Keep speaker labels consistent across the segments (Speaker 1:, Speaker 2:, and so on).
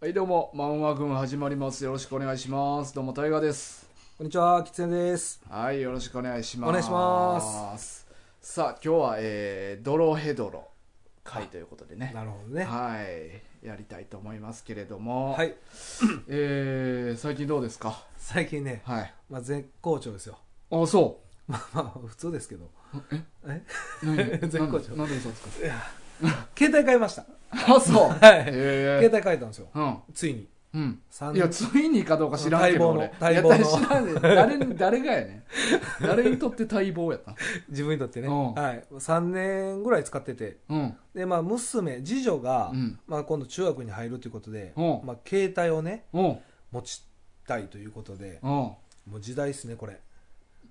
Speaker 1: はいどうも漫画軍始まりますよろしくお願いしますどうも大河です
Speaker 2: こんにちは、きつねです。
Speaker 1: はいよろしくお願いします
Speaker 2: お願いします
Speaker 1: さあ今日は、えー、ドロヘドロ会ということでね
Speaker 2: なるほどね。
Speaker 1: はいやりたいと思いますけれども、
Speaker 2: はい。
Speaker 1: えー、最近どうですか
Speaker 2: 最近ね、
Speaker 1: はい
Speaker 2: まあ、絶好調ですよ。
Speaker 1: あそ
Speaker 2: まあまあ、普通ですけど。え
Speaker 1: う 何
Speaker 2: 絶好調
Speaker 1: なんなんで嘘つくんです
Speaker 2: 携帯変えました。
Speaker 1: かあそう
Speaker 2: はい
Speaker 1: え
Speaker 2: 携帯変えたんですよ。
Speaker 1: うん
Speaker 2: ついに。
Speaker 1: うん
Speaker 2: 三
Speaker 1: いや、ついにかどうか知らんけど、俺。
Speaker 2: 待望の
Speaker 1: いや知らんね誰に、誰がやねん。誰にとって待望やった
Speaker 2: 自分にとってね。
Speaker 1: うん
Speaker 2: はい。3年ぐらい使ってて。
Speaker 1: うん。
Speaker 2: で、まあ、娘、次女が、
Speaker 1: うん
Speaker 2: まあ、今度中学に入るということで、
Speaker 1: うん
Speaker 2: まあ、携帯をね、
Speaker 1: うん。
Speaker 2: 持ちたいということで、
Speaker 1: うん。
Speaker 2: もう時代ですね、これ。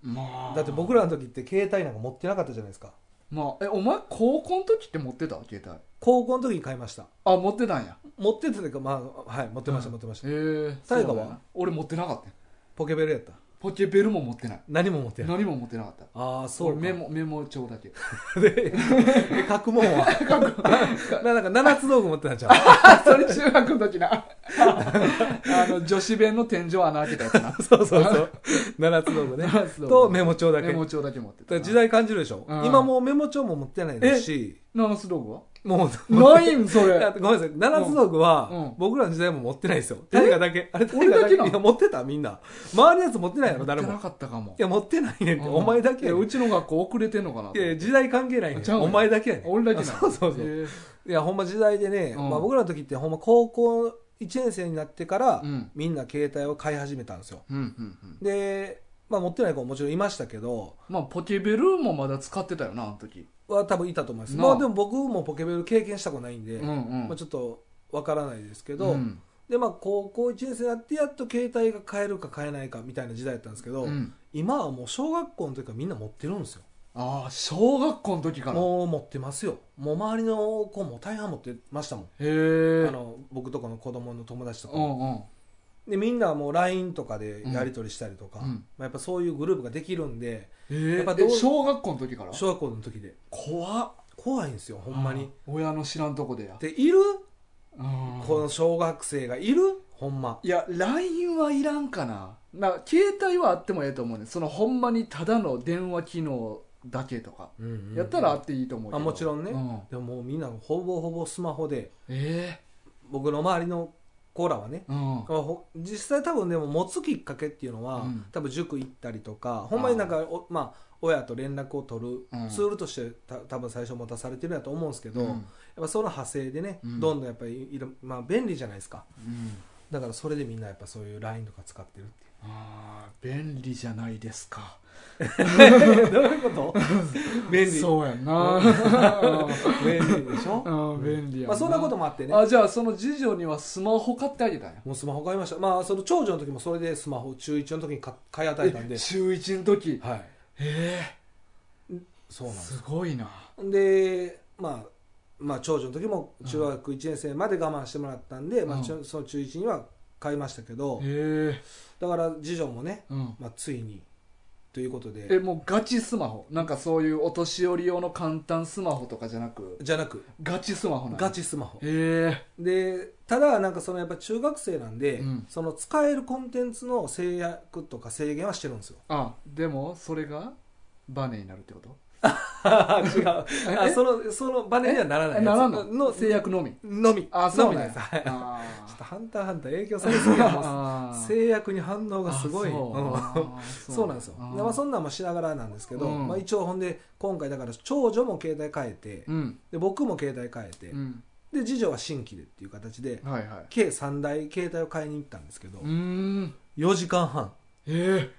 Speaker 1: まあ。
Speaker 2: だって僕らの時って携帯なんか持ってなかったじゃないですか。
Speaker 1: まあ、え、お前、高校の時って持ってた携帯。
Speaker 2: 高校の時に買いました。
Speaker 1: あ、持ってたんや。
Speaker 2: 持ってたというか、まあ、はい、持ってました、
Speaker 1: うん
Speaker 2: 持ってました。
Speaker 1: へえ。
Speaker 2: 大
Speaker 1: そ
Speaker 2: 河は
Speaker 1: うだよな俺持ってなかったよ
Speaker 2: ポケベルやった。
Speaker 1: ポケベルも持ってない。
Speaker 2: 何も持ってない。
Speaker 1: 何も持ってなかった。
Speaker 2: ああ
Speaker 1: そ
Speaker 2: そううか
Speaker 1: メモ、メモ帳だけ。
Speaker 2: で書くもんはな なんか七つ道具持ってたんちゃう
Speaker 1: あ、それ中学の時な。 あの、女子弁の天井穴開けたやつ な。
Speaker 2: そうそ うそう七つ道具ね
Speaker 1: 七つ道具
Speaker 2: とメモ帳だけ
Speaker 1: メ
Speaker 2: だ
Speaker 1: モ
Speaker 2: か
Speaker 1: 帳だけ持ってた
Speaker 2: ら
Speaker 1: な。
Speaker 2: 時代感じるでしょ、
Speaker 1: うん
Speaker 2: 今もうメモ帳も持ってないですし
Speaker 1: ナノス道具
Speaker 2: もう
Speaker 1: はないん、それ。
Speaker 2: だって ごめんなさい七つ道具
Speaker 1: うんうん
Speaker 2: は僕らの時代も持ってないですよ誰がだけあれ誰
Speaker 1: 俺
Speaker 2: が
Speaker 1: だ
Speaker 2: だ
Speaker 1: け
Speaker 2: け
Speaker 1: なの
Speaker 2: いや持ってたみんな周りのやつ持ってないやろ誰
Speaker 1: 持って
Speaker 2: も
Speaker 1: なかったかも
Speaker 2: い。や持ってないねんって
Speaker 1: うん
Speaker 2: お前だけ
Speaker 1: い
Speaker 2: や
Speaker 1: や
Speaker 2: ねん
Speaker 1: うちの学校遅れてんのかなと
Speaker 2: いや時代関係ないね
Speaker 1: ち
Speaker 2: ん
Speaker 1: ゃうよ
Speaker 2: お前だけやねん
Speaker 1: 俺だけなの
Speaker 2: あ そうそうそう
Speaker 1: へえ
Speaker 2: いやほんま時代でね、
Speaker 1: うん
Speaker 2: まあ、僕らの時ってほんま高校1年生になってから、
Speaker 1: うん
Speaker 2: みんな携帯を買い始めたんですよ
Speaker 1: うんうんうん
Speaker 2: で、まあ、持ってない子ももちろんいましたけど
Speaker 1: まあポケベルもまだ使ってたよなあの時
Speaker 2: は多分いたと思います、
Speaker 1: なあ
Speaker 2: まあ、でも僕もポケベル経験したことないんで、
Speaker 1: うんうん
Speaker 2: まあ、ちょっとわからないですけど、
Speaker 1: うん
Speaker 2: でまあ、高校1年生になってやっと携帯が買えるか買えないかみたいな時代だったんですけど、
Speaker 1: うん
Speaker 2: 今はもう小学校の時からみんな持ってるんですよ
Speaker 1: ああ小学校の時からへ
Speaker 2: もう持ってますよもう周りの子も大半持ってましたもん、
Speaker 1: え
Speaker 2: あの僕とかの子供の友達とか
Speaker 1: う
Speaker 2: も
Speaker 1: んうん
Speaker 2: でみんなもう LINE とかでやり取りしたりとか、
Speaker 1: うんうん
Speaker 2: まあ、やっぱそういうグループができるんで
Speaker 1: え
Speaker 2: やっぱ
Speaker 1: え
Speaker 2: どう
Speaker 1: で小学校の時から
Speaker 2: 小学校の時で
Speaker 1: 怖っ
Speaker 2: 怖いんですよほんま
Speaker 1: あ
Speaker 2: に
Speaker 1: あ親の知らんとこでや
Speaker 2: でいる
Speaker 1: うん
Speaker 2: この小学生がいるほんま
Speaker 1: いや LINE はいらんかなな携帯はあってもええと思うねそのほんまにただの電話機能だけとかやったらあっていいと思うけど
Speaker 2: あもちろんね
Speaker 1: う
Speaker 2: でももうみんなほぼほぼスマホで
Speaker 1: え
Speaker 2: 僕の周りの子らはね
Speaker 1: えうん
Speaker 2: まあほ実際多分でも持つきっかけっていうのは、
Speaker 1: うん
Speaker 2: 多分塾行ったりとかほんまになんかおまあ親と連絡を取る
Speaker 1: うん
Speaker 2: ツールとしてた多分最初持たされてるんやと思うんですけど、
Speaker 1: うん
Speaker 2: やっぱその派生でね、
Speaker 1: うん
Speaker 2: どんどんやっぱりいろ、まあ、便利じゃないですか
Speaker 1: うん
Speaker 2: だからそれでみんなやっぱそういう LINE とか使ってるってい
Speaker 1: ああ便利じゃないですか
Speaker 2: う どうい うこと便利
Speaker 1: そうやんな
Speaker 2: 便利でしょ、
Speaker 1: うん便利や
Speaker 2: まあ、そんなこともあってね
Speaker 1: あじゃあその次女にはスマホ買ってあげたんや
Speaker 2: もうスマホ買いましたまあその長女の時もそれでスマホ中1の時に買買い与えたんで
Speaker 1: え中1の時
Speaker 2: はい
Speaker 1: え
Speaker 2: そう
Speaker 1: え
Speaker 2: なんです
Speaker 1: すごいな
Speaker 2: で、まあ、まあ長女の時も中学1年生まで我慢してもらったんで、
Speaker 1: うん
Speaker 2: まあ、ちょその中1には買いましたけど、
Speaker 1: え
Speaker 2: だから次女もね、
Speaker 1: えうん
Speaker 2: まあ、ついにということ
Speaker 1: え
Speaker 2: で
Speaker 1: もうガチスマホなんかそういうお年寄り用の簡単スマホとかじゃなく
Speaker 2: じゃなく
Speaker 1: ガチスマホなんや
Speaker 2: ガチスマホ
Speaker 1: え
Speaker 2: でただなんかそのやっぱ中学生なんで、
Speaker 1: うん
Speaker 2: その使えるコンテンツの制約とか制限はしてるん ですよ
Speaker 1: えあでもそれがバネになるってこと
Speaker 2: 違うあそのそのバネにはなら
Speaker 1: え
Speaker 2: ないやつ
Speaker 1: ならんの
Speaker 2: の
Speaker 1: 制約のみ
Speaker 2: のみ
Speaker 1: あそうなん
Speaker 2: のみ
Speaker 1: や
Speaker 2: ですはいちょ
Speaker 1: あ
Speaker 2: っ
Speaker 1: ー
Speaker 2: とハンターハンター影響されすぎやもう
Speaker 1: あー
Speaker 2: 制約に反応がすごい
Speaker 1: あそう
Speaker 2: うん
Speaker 1: あー
Speaker 2: そうなんですよ
Speaker 1: あー
Speaker 2: まあ、そんなんもしながらなんですけど、
Speaker 1: うん
Speaker 2: まあ、一応ほんで今回だから長女も携帯変えて、
Speaker 1: うん、
Speaker 2: で僕も携帯変えて、
Speaker 1: うん、
Speaker 2: で次女は新規でっていう形で、
Speaker 1: はい はい
Speaker 2: 計3台携帯を買いに行ったんですけど、
Speaker 1: うーん
Speaker 2: 4時間半
Speaker 1: え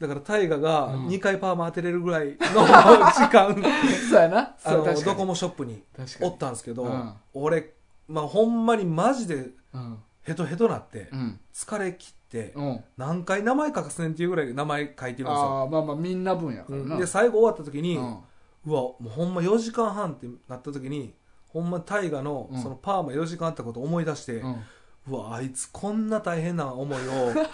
Speaker 2: だから大河が
Speaker 1: うん
Speaker 2: 2回パーマ当てれるぐらいの 時間、
Speaker 1: えそうやな
Speaker 2: あ
Speaker 1: そう
Speaker 2: の
Speaker 1: 確か
Speaker 2: ド
Speaker 1: に
Speaker 2: コモショップに
Speaker 1: 確か
Speaker 2: お
Speaker 1: に
Speaker 2: ったんですけど、
Speaker 1: うん
Speaker 2: 俺、まあ、ほんまにマジで
Speaker 1: うん
Speaker 2: ヘトヘトなって
Speaker 1: うん
Speaker 2: 疲れ切って
Speaker 1: うん
Speaker 2: 何回名前書かせんっていうぐらい名前書いてるんですよ
Speaker 1: ああまあまあみんな分やからな、
Speaker 2: うんで最後終わった時に、
Speaker 1: う
Speaker 2: うんわもうほんま4時間半ってなった時にほんま大河の
Speaker 1: うん
Speaker 2: そのパーマ4時間あったことを思い出して、う
Speaker 1: うん
Speaker 2: わあいつこんな大変な思いを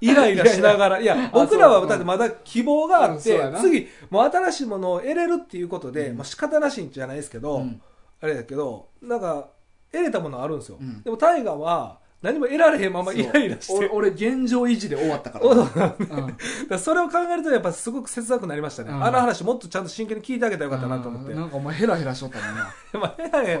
Speaker 2: イライラしながらいや僕ら
Speaker 1: そ
Speaker 2: は
Speaker 1: う
Speaker 2: だってまだ希望があっ
Speaker 1: うん
Speaker 2: て、
Speaker 1: そうやな
Speaker 2: 次もう新しいものを得れるっていうことで、
Speaker 1: うん
Speaker 2: まあ仕方なしんじゃないですけど、
Speaker 1: うん
Speaker 2: あれだけどなんか得れたものはあるんですよ、
Speaker 1: うん
Speaker 2: でも大河は何も得られへんまま
Speaker 1: そう
Speaker 2: イライラして
Speaker 1: お俺現状維持で終わったから、うん、
Speaker 2: だから それを考えるとやっぱすごく切なくなりましたね、
Speaker 1: うん
Speaker 2: あの話もっとちゃんと真剣に聞いてあげたらよかったなと思って、
Speaker 1: うんなんかお前ヘラヘラしとったもんな
Speaker 2: まあヘラヘ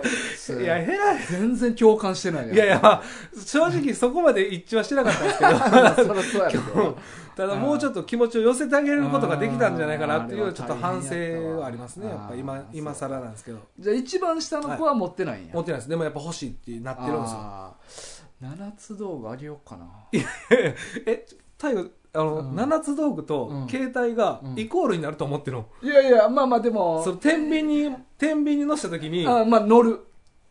Speaker 2: ラ いやヘラヘ
Speaker 1: 全然共感してないや
Speaker 2: ラ
Speaker 1: ん
Speaker 2: いやいや、まあ、正直そこまで一致はしてなかったんですけど
Speaker 1: そりゃそうやけ ど
Speaker 2: ただもうちょっと気持ちを寄せてあげることができたんじゃないかなっていうちょっと反省はありますねやっぱ今今更なんですけど
Speaker 1: じゃあ一番下の子は持ってないんや、
Speaker 2: 持ってないですでもやっぱ欲しいってなってるんですよ
Speaker 1: あー七つ道具あげようかな
Speaker 2: え太陽あの、
Speaker 1: うん
Speaker 2: 7つ道具と携帯が
Speaker 1: うん
Speaker 2: イコールになると思ってるの、
Speaker 1: いやいやまあまあでも
Speaker 2: その天秤に天秤に乗せた時に
Speaker 1: あまあ乗る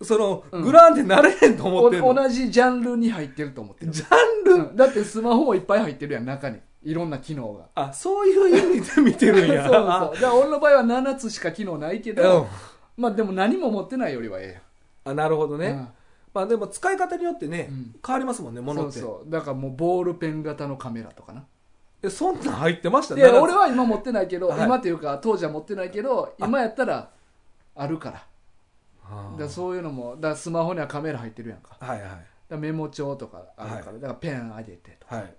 Speaker 2: その
Speaker 1: うん
Speaker 2: グラーンってなれへんと思
Speaker 1: お
Speaker 2: ってるの、
Speaker 1: 同じジャンルに入ってると思ってる
Speaker 2: ジャンル、
Speaker 1: うんだってスマホもいっぱい入ってるやん中にいろんな機能が
Speaker 2: あそういう意味で見てるんや
Speaker 1: そうそうだから俺の場合は7つしか機能ないけ
Speaker 2: あ
Speaker 1: ど、
Speaker 2: うん
Speaker 1: まあでも何も持ってないよりはえ
Speaker 2: あなるほど
Speaker 1: え
Speaker 2: ね、
Speaker 1: やん
Speaker 2: まあでも使い方によってね、
Speaker 1: うん
Speaker 2: 変わりますもんね
Speaker 1: うん、
Speaker 2: も
Speaker 1: そ
Speaker 2: のっ
Speaker 1: う
Speaker 2: て
Speaker 1: そうだからもうボールペン型のカメラとかな
Speaker 2: えそんなん入ってました
Speaker 1: いや
Speaker 2: 七つ
Speaker 1: 俺は今持ってないけど、
Speaker 2: はい
Speaker 1: 今というか当時は持ってないけど今やったらあるからだか
Speaker 2: あー
Speaker 1: らそういうのもだからスマホにはカメラ入ってるやんかだか
Speaker 2: はいはい
Speaker 1: らメモ帳とかあるから、
Speaker 2: は
Speaker 1: だからペンあげてとか
Speaker 2: はい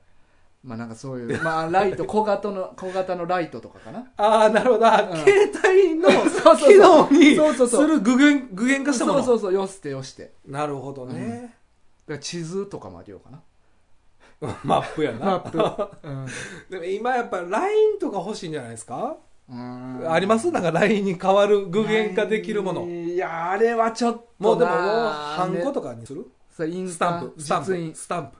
Speaker 1: まあなんかそういう、まあ、ライト小型の小型のライトとかか な
Speaker 2: ああなるほど、あ
Speaker 1: うん
Speaker 2: 携帯 の
Speaker 1: そうそうそう
Speaker 2: 機能に
Speaker 1: そうそう
Speaker 2: す
Speaker 1: そう
Speaker 2: る具現具現化したもの
Speaker 1: そうそうそうよしてよしてだか
Speaker 2: なるほどね、
Speaker 1: ら地図とかもあげようかな
Speaker 2: マップやな
Speaker 1: マップ、うん
Speaker 2: でも今やっぱ LINE とか欲しいんじゃないですか、あ
Speaker 1: あ
Speaker 2: りますなんか LINE に変わる具現化できるもの
Speaker 1: いやあれはちょっ
Speaker 2: も
Speaker 1: と
Speaker 2: うで
Speaker 1: な
Speaker 2: ももうハンコとかにする
Speaker 1: さイン
Speaker 2: ス
Speaker 1: スタ
Speaker 2: タ
Speaker 1: ン
Speaker 2: ン
Speaker 1: プ
Speaker 2: プスタン
Speaker 1: 実
Speaker 2: プ
Speaker 1: 印
Speaker 2: スタンプ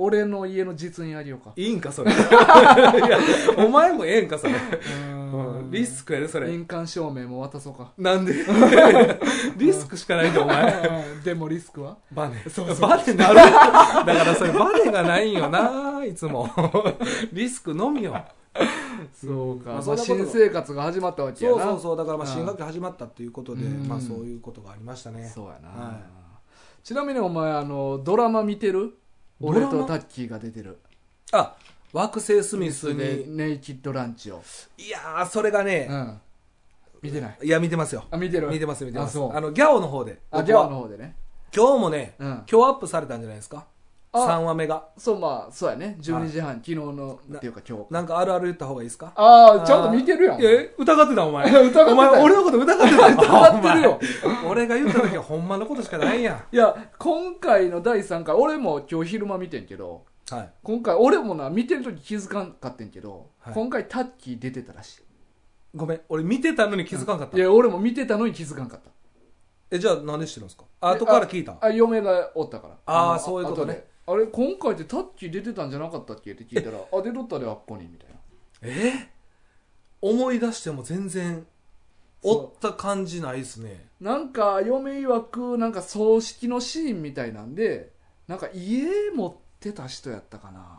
Speaker 1: 俺の家の実印あげようか
Speaker 2: いいんかそれ いやお前もええんかそれ、うんリスクやでそれ
Speaker 1: 印鑑証明も渡そうか
Speaker 2: なんで リスクしかないんだお前
Speaker 1: でもリスクは
Speaker 2: バネ
Speaker 1: そうそう
Speaker 2: バネ なるだからそれバネがないんよ ないつもリスクのみよ
Speaker 1: そうか、
Speaker 2: まあ
Speaker 1: ま
Speaker 2: そ
Speaker 1: あ、
Speaker 2: んなこと
Speaker 1: 新生活が始まったわけや
Speaker 2: そ
Speaker 1: な
Speaker 2: うそうそうだからまあ
Speaker 1: うん
Speaker 2: 新学期始まったっていうことで、
Speaker 1: うん
Speaker 2: まあ、そういうことがありましたね
Speaker 1: そうやな、
Speaker 2: は
Speaker 1: ちなみにお前あのドラマ見てる
Speaker 2: ドラ
Speaker 1: 俺
Speaker 2: マ
Speaker 1: とタッキーが出てる
Speaker 2: あ惑星スミス
Speaker 1: で
Speaker 2: に
Speaker 1: ネイキッドランチを、
Speaker 2: いやーそれが
Speaker 1: う
Speaker 2: ね、
Speaker 1: ん、見てない
Speaker 2: いや見てますよ
Speaker 1: あ見てる
Speaker 2: 見てます見てま
Speaker 1: あ
Speaker 2: す
Speaker 1: そう
Speaker 2: あ
Speaker 1: あ
Speaker 2: のギャオの方で
Speaker 1: ギャオの方でね
Speaker 2: 今日もね、
Speaker 1: うん
Speaker 2: 今日アップされたんじゃないですか
Speaker 1: あ
Speaker 2: 3話目が
Speaker 1: そうまあそうやね
Speaker 2: は
Speaker 1: 12
Speaker 2: い
Speaker 1: 時半、昨日のっていうか今日
Speaker 2: なんかあるある言った方がいいですか
Speaker 1: ああちゃんと見てるやん
Speaker 2: いやえ 疑ってたお前
Speaker 1: 疑ってたよ
Speaker 2: お前俺のこと疑ってた
Speaker 1: 疑ってるよ
Speaker 2: お前 俺が言った時はほんまのことしかないや
Speaker 1: いや今回の第3回俺も今日昼間見てんけど
Speaker 2: んはい
Speaker 1: 今回俺もな見てる時気づかんかってんけど、
Speaker 2: はい
Speaker 1: 今回タッキー出てたらし
Speaker 2: ごめん俺見てたのに気づかんかっ
Speaker 1: い
Speaker 2: た、
Speaker 1: いや俺も見てたのに気づかんかった
Speaker 2: えじゃあなんで知ってるんですか後から聞いた
Speaker 1: あ嫁がおったから
Speaker 2: あー
Speaker 1: の
Speaker 2: そういうことね
Speaker 1: 後であれ今回ってタッキー出てたんじゃなかったっけって聞いたらあ出とったであっこにみたいな
Speaker 2: え思い出しても全然おった感じないですね
Speaker 1: なんか嫁曰くなんか葬式のシーンみたいなんでなんか家持ってた人やったかな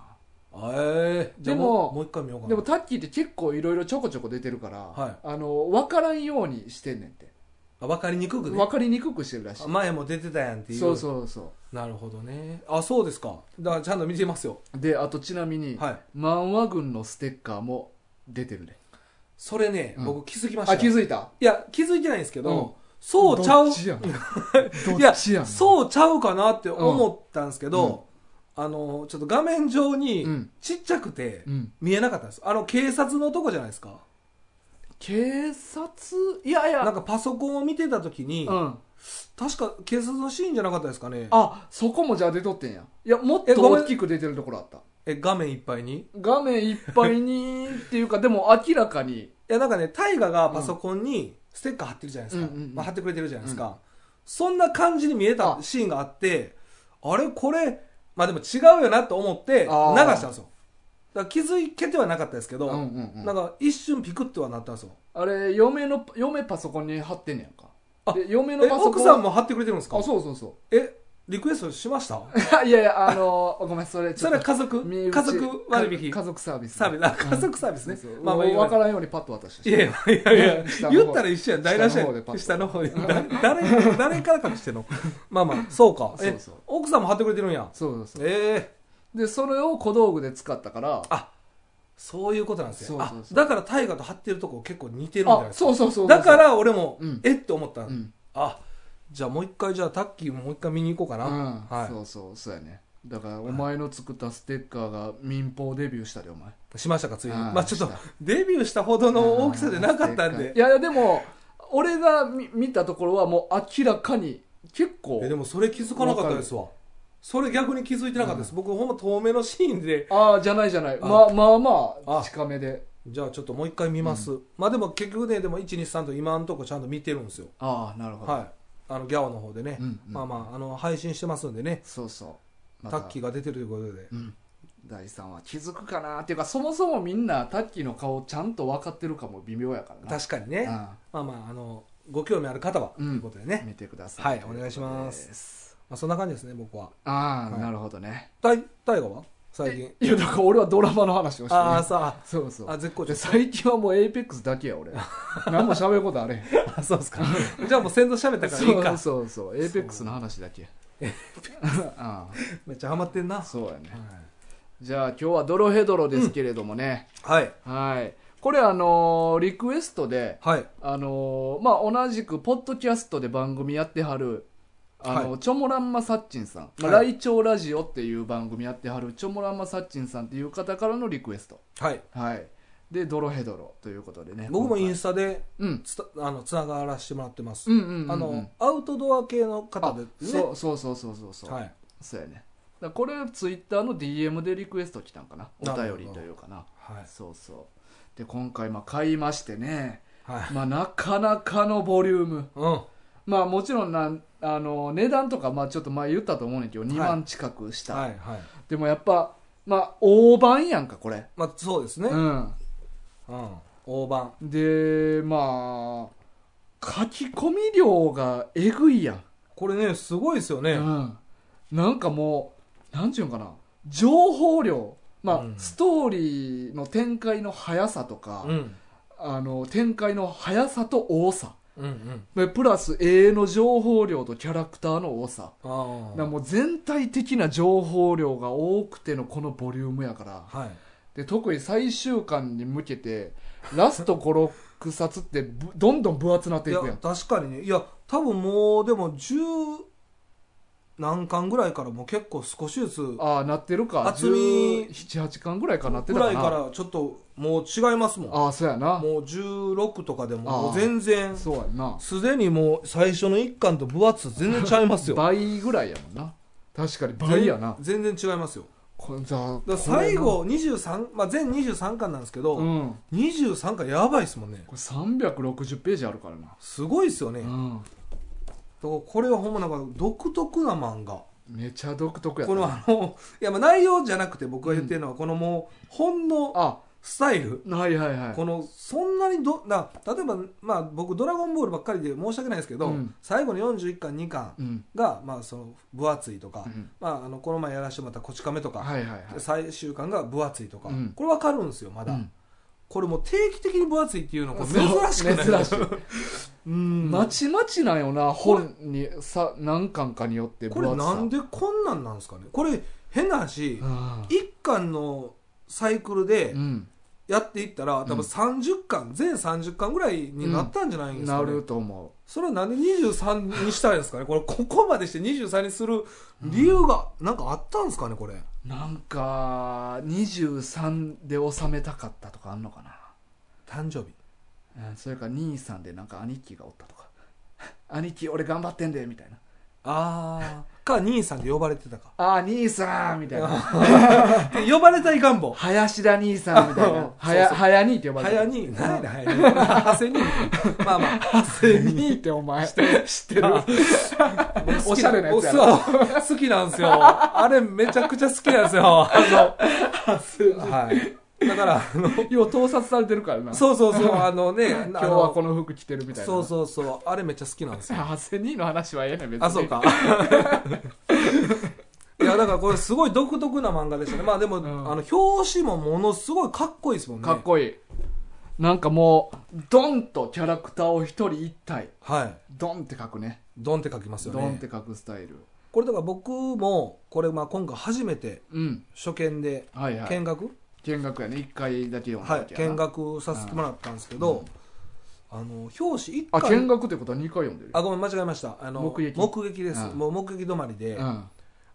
Speaker 2: ええじゃあ
Speaker 1: で
Speaker 2: も
Speaker 1: も
Speaker 2: うもう一回見ようかな
Speaker 1: でもタッキーって結構いろいろちょこちょこ出てるから、
Speaker 2: はい
Speaker 1: あの分からんようにしてんねんって
Speaker 2: あ分かりにくくね
Speaker 1: 分かりにくくしてるらしい
Speaker 2: あ前も出てたやんっていう
Speaker 1: そうそうそ
Speaker 2: なるほどねあそうですかだからちゃんと見てますよ
Speaker 1: うであとちなみに、
Speaker 2: はい
Speaker 1: 漫画群のステッカーも出てるね
Speaker 2: それね、
Speaker 1: うん
Speaker 2: 僕気づきました
Speaker 1: あ気
Speaker 2: い
Speaker 1: づいた
Speaker 2: や気づいてないんですけど、
Speaker 1: うん
Speaker 2: そうちゃう
Speaker 1: どっちやん
Speaker 2: い
Speaker 1: ど
Speaker 2: や
Speaker 1: っちやん
Speaker 2: そうちゃうかなって思ったんですけど、あのちょっと画面上に
Speaker 1: うん
Speaker 2: ちっちゃくて
Speaker 1: うん
Speaker 2: 見えなかったんですあの警察のとこじゃないですか
Speaker 1: 警察いやいや
Speaker 2: なんかパソコンを見てた時に、
Speaker 1: うん、
Speaker 2: 確か警察のシーンじゃなかったですかね
Speaker 1: あそこもじゃあ出とってんやいやもっと
Speaker 2: えごめん
Speaker 1: 大きく出てるところあった
Speaker 2: え画面いっぱいに
Speaker 1: 画面いっぱいにっていうかでも明らかに
Speaker 2: いやなんかね大河がパソコンにステッカー貼ってるじゃないですか、
Speaker 1: うんうんうん
Speaker 2: まあ、貼ってくれてるじゃないですか、そんな感じに見え
Speaker 1: あ
Speaker 2: たシーンがあってあれこれまあでも違うよなと思って流
Speaker 1: あー
Speaker 2: したんですよだから気づけてはなかったですけど、
Speaker 1: うんうんうん
Speaker 2: なんか一瞬ピクッとはなったんですよ
Speaker 1: あれ嫁の嫁パソコンに貼ってんねやんか
Speaker 2: あ
Speaker 1: で嫁の
Speaker 2: え
Speaker 1: パソコン
Speaker 2: 奥さんも貼ってくれてるんですか
Speaker 1: あそうそうそ
Speaker 2: えリクエストしました
Speaker 1: う いやいやあのごめんそれちょ
Speaker 2: そ
Speaker 1: っ
Speaker 2: れ
Speaker 1: と
Speaker 2: は家族
Speaker 1: 身内
Speaker 2: 家族割引
Speaker 1: か家族サービス
Speaker 2: サービスあ家族サービスね、まあまあいい
Speaker 1: 分
Speaker 2: わ
Speaker 1: からんようにパッと渡した
Speaker 2: いやいやいやい
Speaker 1: 下
Speaker 2: や
Speaker 1: の方
Speaker 2: 言ったら一緒やん台無しや
Speaker 1: 下の方でパッ
Speaker 2: ん
Speaker 1: と
Speaker 2: 下の方で誰誰誰から隠してんのまあまあそうかえ
Speaker 1: そうそう
Speaker 2: 奥さんも貼ってくれてるんや
Speaker 1: そうそうそう
Speaker 2: ええ
Speaker 1: でそれを小道具で使ったから
Speaker 2: あそういうことなんです
Speaker 1: そ
Speaker 2: よ
Speaker 1: うそうそう
Speaker 2: あだから大河と貼ってるとこ結構似てるんじゃない
Speaker 1: あ
Speaker 2: ですか
Speaker 1: そうそうそうそう
Speaker 2: だから俺も、
Speaker 1: うん
Speaker 2: えって思った、
Speaker 1: うん
Speaker 2: あじゃあもう一回じゃあタッキーもう一回見に行こうかな、
Speaker 1: うん
Speaker 2: はい
Speaker 1: そうそうそうやねだからお前の作ったステッカーが民放デビューしたでお前
Speaker 2: しましたかついに
Speaker 1: あー
Speaker 2: まあちょっと
Speaker 1: した
Speaker 2: デビューしたほどの大きさでなかったんで
Speaker 1: いやいやでも俺が見見たところはもう明らかに結構
Speaker 2: えでもそれ気づかなかったですわそれ逆に気づいてなかったです、僕ほんま遠目のシーンで
Speaker 1: ああじゃないじゃない
Speaker 2: あ
Speaker 1: まあまあまあ
Speaker 2: あ
Speaker 1: 近めで
Speaker 2: じゃあちょっともう一回見ます、まあでも結局ねでも123と今のとこちゃんと見てるんですよ
Speaker 1: ああなるほど、
Speaker 2: はいあのギャオの方でね、
Speaker 1: うんうん
Speaker 2: まあまああの配信してますんでね
Speaker 1: そうそうま
Speaker 2: タ
Speaker 1: た
Speaker 2: ッキーが出てるということで、
Speaker 1: うん第3話気づくかなっていうかそもそもみんなタッキーの顔ちゃんと分かってるかも微妙やからな
Speaker 2: 確かにね
Speaker 1: あ
Speaker 2: まあまああのご興味ある方は、
Speaker 1: うん
Speaker 2: ということでね、
Speaker 1: あ見てくださ
Speaker 2: はいいお願いします
Speaker 1: す
Speaker 2: まあ、そんな感じですね僕は
Speaker 1: ああ、
Speaker 2: はい
Speaker 1: なるほどね
Speaker 2: 大大河は最近
Speaker 1: いやだから俺はドラマの話をしてる
Speaker 2: ああさ
Speaker 1: そうそう
Speaker 2: あ絶好調
Speaker 1: で最近はもうエイペックスだけや 俺何も喋ることあれへん
Speaker 2: あそうですかじゃあもう先導喋ったからいいか
Speaker 1: そうそうそうエイペックスの話だけ あ
Speaker 2: めっちゃハマってんな
Speaker 1: あそうやね
Speaker 2: はい
Speaker 1: じゃあ今日はドロヘドロですけれどもね、
Speaker 2: はい
Speaker 1: はいこれあのーリクエストで
Speaker 2: はい
Speaker 1: あのーまあ同じくポッドキャストで番組やってはるあの、
Speaker 2: は
Speaker 1: チョモランマサッチンさん、まあ、
Speaker 2: は
Speaker 1: 来庁ラジオっていう番組やってはるチョモランマサッチンさんっていう方からのリクエスト
Speaker 2: はい
Speaker 1: はいでドロヘドロということでね
Speaker 2: 僕もイン
Speaker 1: ス
Speaker 2: スタで
Speaker 1: うん
Speaker 2: つたあのつながらせてもらってます、
Speaker 1: うんうんうんうん
Speaker 2: あのアウトドア系の方でね
Speaker 1: あそうそうそうそうそうそう、
Speaker 2: はい
Speaker 1: そうやねだからこれツイッターの DM でリクエスト来たんかなお
Speaker 2: なる
Speaker 1: 便
Speaker 2: ほ
Speaker 1: りと
Speaker 2: ど
Speaker 1: いうかな
Speaker 2: はい
Speaker 1: そうそうで今回まあ買いましてね、
Speaker 2: はい
Speaker 1: まあ、なかなかのボリューム
Speaker 2: うん
Speaker 1: まあもちろんなんあの値段とかまあちょっと前言ったと思うねんけど
Speaker 2: い
Speaker 1: 2万近くした、
Speaker 2: はいはい
Speaker 1: でもやっぱまあ大判やんかこれ
Speaker 2: まあそうですね、
Speaker 1: うん
Speaker 2: うん、大判
Speaker 1: でまあ書き込み量がえぐいやん
Speaker 2: これねすごいですよね、
Speaker 1: うん、なんかもうなんていうんかな情報量まあ、
Speaker 2: うん
Speaker 1: ストーリーの展開の速さとか、
Speaker 2: うん、
Speaker 1: あの展開の速さと多さ
Speaker 2: うんうん
Speaker 1: でプラス永遠の情報量とキャラクターの多さ
Speaker 2: あ
Speaker 1: だ
Speaker 2: ー
Speaker 1: からもう全体的な情報量が多くてのこのボリュームやから
Speaker 2: はい
Speaker 1: で特に最終巻に向けてラスト56冊ってぶどんどん分厚なっていく
Speaker 2: い
Speaker 1: や
Speaker 2: や
Speaker 1: ん
Speaker 2: 確かにねいや多分もうでも十何巻ぐらいからもう結構少しずつ
Speaker 1: ああなってるか
Speaker 2: 厚み
Speaker 1: 78巻ぐらいかなって
Speaker 2: ぐ
Speaker 1: たからない
Speaker 2: からちょっともう違いますもん
Speaker 1: ああそうやな
Speaker 2: もう16とかでもも
Speaker 1: あ
Speaker 2: う
Speaker 1: ー
Speaker 2: 全然
Speaker 1: そうやんな
Speaker 2: すでにもう最初の1巻と分厚さ全然ちゃいますよ
Speaker 1: 倍ぐらいやもんな確かに 倍やな
Speaker 2: 全全然違いますよ
Speaker 1: これじゃあ
Speaker 2: だから最後23、まあ、全23巻なんですけど、
Speaker 1: これなうん
Speaker 2: 23巻やばいですもんね
Speaker 1: これ360ページあるからな
Speaker 2: すごいですよね、
Speaker 1: う
Speaker 2: だか
Speaker 1: ん
Speaker 2: らこれはほんまなんか独特な漫画
Speaker 1: めちゃ独特やった
Speaker 2: このあのいやまあ内容じゃなくて僕が言ってるのは、このもうほんの
Speaker 1: あ
Speaker 2: スタイル
Speaker 1: はいはいはい
Speaker 2: このそんなにどな例えば、まあ、僕「ドラゴンボール」ばっかりで申し訳ないですけど、
Speaker 1: うん
Speaker 2: 最後の41巻2巻
Speaker 1: うん
Speaker 2: が、まあ、その分厚いとか、
Speaker 1: うん
Speaker 2: まあ、あのこの前やらせてもらった「こち亀」とか、
Speaker 1: はいはいはい
Speaker 2: 最終巻が分厚いとか、
Speaker 1: うん
Speaker 2: これ分かるんですよまだ、
Speaker 1: うん
Speaker 2: これもう定期的に分厚いっていうのこれ
Speaker 1: そう
Speaker 2: 珍しくな
Speaker 1: 珍
Speaker 2: い
Speaker 1: しい
Speaker 2: うん
Speaker 1: まちまちなんよな本にさ何巻かによって
Speaker 2: こ
Speaker 1: 分
Speaker 2: れ
Speaker 1: 厚さ
Speaker 2: なんでこんなんなんですかねこれ変な話、
Speaker 1: うん
Speaker 2: 一1巻のサイクルで
Speaker 1: うん
Speaker 2: やっていったら、多
Speaker 1: うん
Speaker 2: 分30巻全30巻ぐらいになったんじゃないんですか
Speaker 1: な
Speaker 2: ね、
Speaker 1: ると思
Speaker 2: それはなんで23にしたんですかねこれここまでして23にする理由がなんかあったんですかねこれ
Speaker 1: うなんか23で収めたかったとかあんのかな
Speaker 2: 誕生日
Speaker 1: うんそれか兄さんでなんか兄貴がおったとか 兄貴俺頑張ってんでみたいな
Speaker 2: ああか兄さんで呼ばれてたか
Speaker 1: ああ兄さんみたいな
Speaker 2: で 呼ばれたい願望
Speaker 1: 林田兄さんみたい
Speaker 2: そう
Speaker 1: な
Speaker 2: そう
Speaker 1: はや早兄って呼ばれて
Speaker 2: 早
Speaker 1: る
Speaker 2: に何やねん早に長谷に まあまあ長谷 に
Speaker 1: 兄ってお前知って るおしゃれなやつやろ
Speaker 2: ろ好きなんですよあれめちゃくちゃ好きなん ですよあのはいだからあの
Speaker 1: よう盗撮されてるからな
Speaker 2: そうそうそうあの ね
Speaker 1: 今日はこの服着てるみたいな
Speaker 2: そうそうそうあれめっちゃ好きな んですよ
Speaker 1: 長谷兄の話はええねん別に
Speaker 2: あそ うかいやだからこれすごい独特な漫画でしたねまあでも、
Speaker 1: ん
Speaker 2: あの表紙もものすごいかっこいいですもんね
Speaker 1: かっこいいなんかもうドンとキャラクターを一人一体
Speaker 2: はい
Speaker 1: ドンって書くね
Speaker 2: ドンって書きますよ
Speaker 1: ドンっ
Speaker 2: ね
Speaker 1: て書くスタイル
Speaker 2: これだから僕もこれまあ今回初めて
Speaker 1: うん
Speaker 2: 初見で
Speaker 1: はいはい
Speaker 2: 見学、
Speaker 1: 見学やね1回だけ読んだ
Speaker 2: はい
Speaker 1: 時やな
Speaker 2: 見学させてもらったんですけど、あの表紙一
Speaker 1: あ見
Speaker 2: 巻
Speaker 1: 学ってことは2回読んでる
Speaker 2: あごめん間違えましたあの
Speaker 1: 目撃
Speaker 2: です、
Speaker 1: うん
Speaker 2: もう目撃止まりで、
Speaker 1: うん